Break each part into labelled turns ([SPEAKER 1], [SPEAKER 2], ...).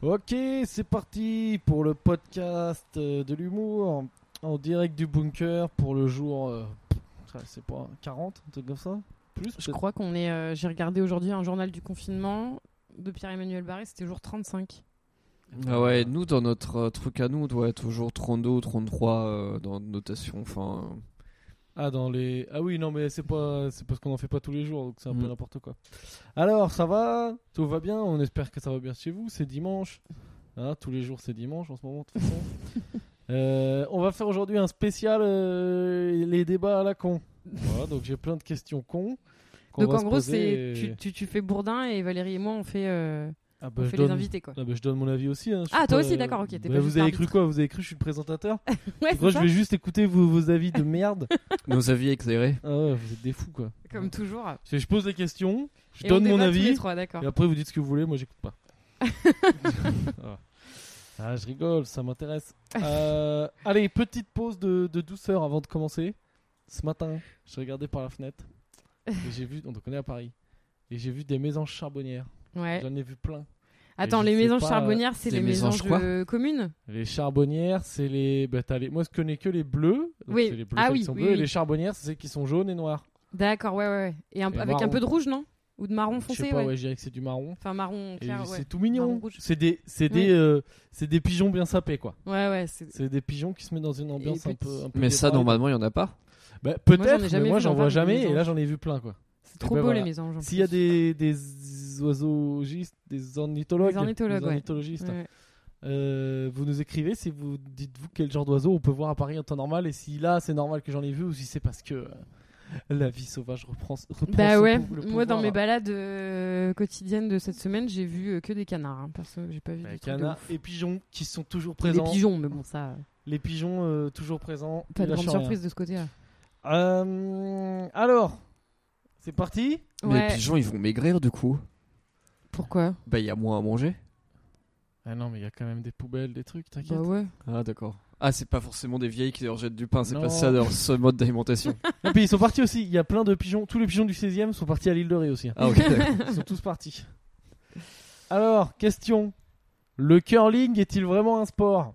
[SPEAKER 1] Ok, c'est parti pour le podcast euh, de l'humour en direct du bunker pour le jour. euh, ça, c'est pas 40, un truc comme ça Plus
[SPEAKER 2] Je
[SPEAKER 1] peut-être
[SPEAKER 2] crois qu'on est. euh, J'ai regardé aujourd'hui un journal du confinement de Pierre-Emmanuel Barré, c'était jour 35.
[SPEAKER 3] Ah ouais, nous dans notre euh, truc à nous, on doit être toujours 32 ou 33 euh, dans notre notation. Enfin, euh,
[SPEAKER 1] Ah, dans les. Ah oui, non, mais c'est pas. C'est parce qu'on en fait pas tous les jours, donc c'est un peu
[SPEAKER 3] Mm.
[SPEAKER 1] n'importe quoi. Alors, ça va Tout va bien On espère que ça va bien chez vous. C'est dimanche. Hein, tous les jours, c'est dimanche en ce moment, de toute façon. Euh, on va faire aujourd'hui un spécial euh, les débats à la con. Voilà, donc j'ai plein de questions cons. qu'on
[SPEAKER 2] Donc
[SPEAKER 1] va
[SPEAKER 2] en
[SPEAKER 1] se
[SPEAKER 2] gros, c'est
[SPEAKER 1] poser et-
[SPEAKER 2] tu, tu, tu fais Bourdin et Valérie et moi on fait, euh,
[SPEAKER 1] Ah bah,
[SPEAKER 2] on
[SPEAKER 1] je
[SPEAKER 2] fait les
[SPEAKER 1] donne-
[SPEAKER 2] invités quoi.
[SPEAKER 1] Ah bah, je donne mon avis aussi. hein, je suis
[SPEAKER 2] Ah, toi
[SPEAKER 1] pas,
[SPEAKER 2] aussi,
[SPEAKER 1] euh,
[SPEAKER 2] d'accord, ok, t'es
[SPEAKER 1] bah,
[SPEAKER 2] pas juste
[SPEAKER 1] vous avez cru
[SPEAKER 2] arbitre.
[SPEAKER 1] quoi Vous avez cru que je suis le présentateur
[SPEAKER 2] Ouais,
[SPEAKER 1] Moi,
[SPEAKER 2] c'est
[SPEAKER 1] je
[SPEAKER 2] ça.
[SPEAKER 1] vais juste écouter vos, vos avis de merde.
[SPEAKER 3] nos avis éclairés.
[SPEAKER 1] ah ouais, vous êtes des fous quoi.
[SPEAKER 2] Comme toujours.
[SPEAKER 1] Parce que Je pose des questions, je
[SPEAKER 2] Et on
[SPEAKER 1] donne
[SPEAKER 2] débat
[SPEAKER 1] mon
[SPEAKER 2] tous les
[SPEAKER 1] avis,
[SPEAKER 2] trois, d'accord.
[SPEAKER 1] et après vous dites ce que vous voulez, moi j'écoute pas. ah. Ah, je rigole, ça m'intéresse. Euh, allez, petite pause de, de douceur avant de commencer. Ce matin, je regardais par la fenêtre, et j'ai vu, donc on est à Paris, et j'ai vu des maisons charbonnières.
[SPEAKER 2] Ouais.
[SPEAKER 1] J'en ai vu plein.
[SPEAKER 2] Attends,
[SPEAKER 1] je
[SPEAKER 2] les
[SPEAKER 1] sais
[SPEAKER 2] mésanges
[SPEAKER 1] pas,
[SPEAKER 2] charbonnières, c'est
[SPEAKER 3] des
[SPEAKER 2] les mésanges
[SPEAKER 3] mésanges quoi
[SPEAKER 2] euh, communes.
[SPEAKER 1] Les charbonnières, c'est les. bah, t'as les... Moi, je connais que les bleus. donc
[SPEAKER 2] Oui.
[SPEAKER 1] c'est les bleus
[SPEAKER 2] Ah
[SPEAKER 1] celles
[SPEAKER 2] oui,
[SPEAKER 1] qui sont
[SPEAKER 2] oui,
[SPEAKER 1] bleus. Et
[SPEAKER 2] oui.
[SPEAKER 1] les charbonnières, c'est celles qui sont jaunes et noires.
[SPEAKER 2] D'accord, ouais, ouais, ouais. Et, un-
[SPEAKER 1] Et
[SPEAKER 2] avec un
[SPEAKER 1] marron.
[SPEAKER 2] peu de rouge, non Ou de marron
[SPEAKER 1] je
[SPEAKER 2] foncé,
[SPEAKER 1] sais pas,
[SPEAKER 2] ouais.
[SPEAKER 1] ouais. je dirais que c'est du marron.
[SPEAKER 2] Enfin marron
[SPEAKER 1] Et
[SPEAKER 2] clair, ouais.
[SPEAKER 1] c'est tout mignon.
[SPEAKER 2] Marron rouge.
[SPEAKER 1] C'est des, c'est
[SPEAKER 2] Oui.
[SPEAKER 1] des, euh, c'est des pigeons bien sapés, quoi.
[SPEAKER 2] Ouais, ouais. c'est-
[SPEAKER 1] C'est des pigeons qui se mettent dans une ambiance un
[SPEAKER 2] petits.
[SPEAKER 1] peu, un peu
[SPEAKER 3] Mais ça,
[SPEAKER 1] dépravée.
[SPEAKER 3] normalement, il n'y en a pas.
[SPEAKER 1] Bah,
[SPEAKER 2] Moi, j'en ai
[SPEAKER 1] peut-être, mais
[SPEAKER 2] jamais
[SPEAKER 1] moi,
[SPEAKER 2] vu
[SPEAKER 1] j'en
[SPEAKER 2] dans
[SPEAKER 1] vois
[SPEAKER 2] Paris,
[SPEAKER 1] jamais.
[SPEAKER 2] des
[SPEAKER 1] Et là,
[SPEAKER 2] mésanges.
[SPEAKER 1] j'en ai vu plein, quoi.
[SPEAKER 2] C'est trop
[SPEAKER 1] ben
[SPEAKER 2] beau
[SPEAKER 1] voilà.
[SPEAKER 2] les mésanges. en
[SPEAKER 1] S'il y a
[SPEAKER 2] plus.
[SPEAKER 1] des, des oiseaugistes, des ornithologues,
[SPEAKER 2] Des ornithologues,
[SPEAKER 1] des
[SPEAKER 2] ouais.
[SPEAKER 1] ornithologistes,
[SPEAKER 2] Ouais.
[SPEAKER 1] euh, vous nous écrivez si vous dites-vous quel genre d'oiseau on peut voir à Paris en temps normal et si là c'est normal que j'en ai vu ou si c'est parce que euh, la vie sauvage reprend, reprend
[SPEAKER 2] Bah
[SPEAKER 1] son
[SPEAKER 2] ouais,
[SPEAKER 1] pou- le
[SPEAKER 2] moi
[SPEAKER 1] pouvoir.
[SPEAKER 2] dans mes balades euh, quotidiennes de cette semaine, j'ai vu euh, que des canards. hein. Perso, j'ai pas vu
[SPEAKER 1] Bah,
[SPEAKER 2] des trucs de
[SPEAKER 1] canards
[SPEAKER 2] ouf.
[SPEAKER 1] et pigeons qui sont toujours
[SPEAKER 2] Des
[SPEAKER 1] présents.
[SPEAKER 2] pigeons, mais bon, ça,
[SPEAKER 1] Les pigeons euh, toujours présents.
[SPEAKER 2] pas
[SPEAKER 1] ils
[SPEAKER 2] de
[SPEAKER 1] lâchent
[SPEAKER 2] grande
[SPEAKER 1] rien.
[SPEAKER 2] surprise de ce côté-là.
[SPEAKER 1] Euh, alors, c'est parti
[SPEAKER 3] Mais
[SPEAKER 2] Ouais,
[SPEAKER 3] les pigeons, ils vont maigrir du coup.
[SPEAKER 2] pourquoi
[SPEAKER 3] Bah, il y a moins à manger.
[SPEAKER 1] Ah non, mais il y a quand même des poubelles, des trucs, t'inquiète.
[SPEAKER 2] Bah ouais.
[SPEAKER 3] Ah, d'accord. Ah, c'est pas forcément des vieilles qui leur jettent du pain, c'est
[SPEAKER 1] Non.
[SPEAKER 3] pas ça leur ce mode d'alimentation.
[SPEAKER 1] Et puis ils sont partis aussi, il y a plein de pigeons, tous les pigeons du 16 e sont partis à l'île de Ré aussi. hein.
[SPEAKER 3] ah, ok, d'accord.
[SPEAKER 1] Ils sont tous partis. Alors, question. Le curling est-il vraiment un sport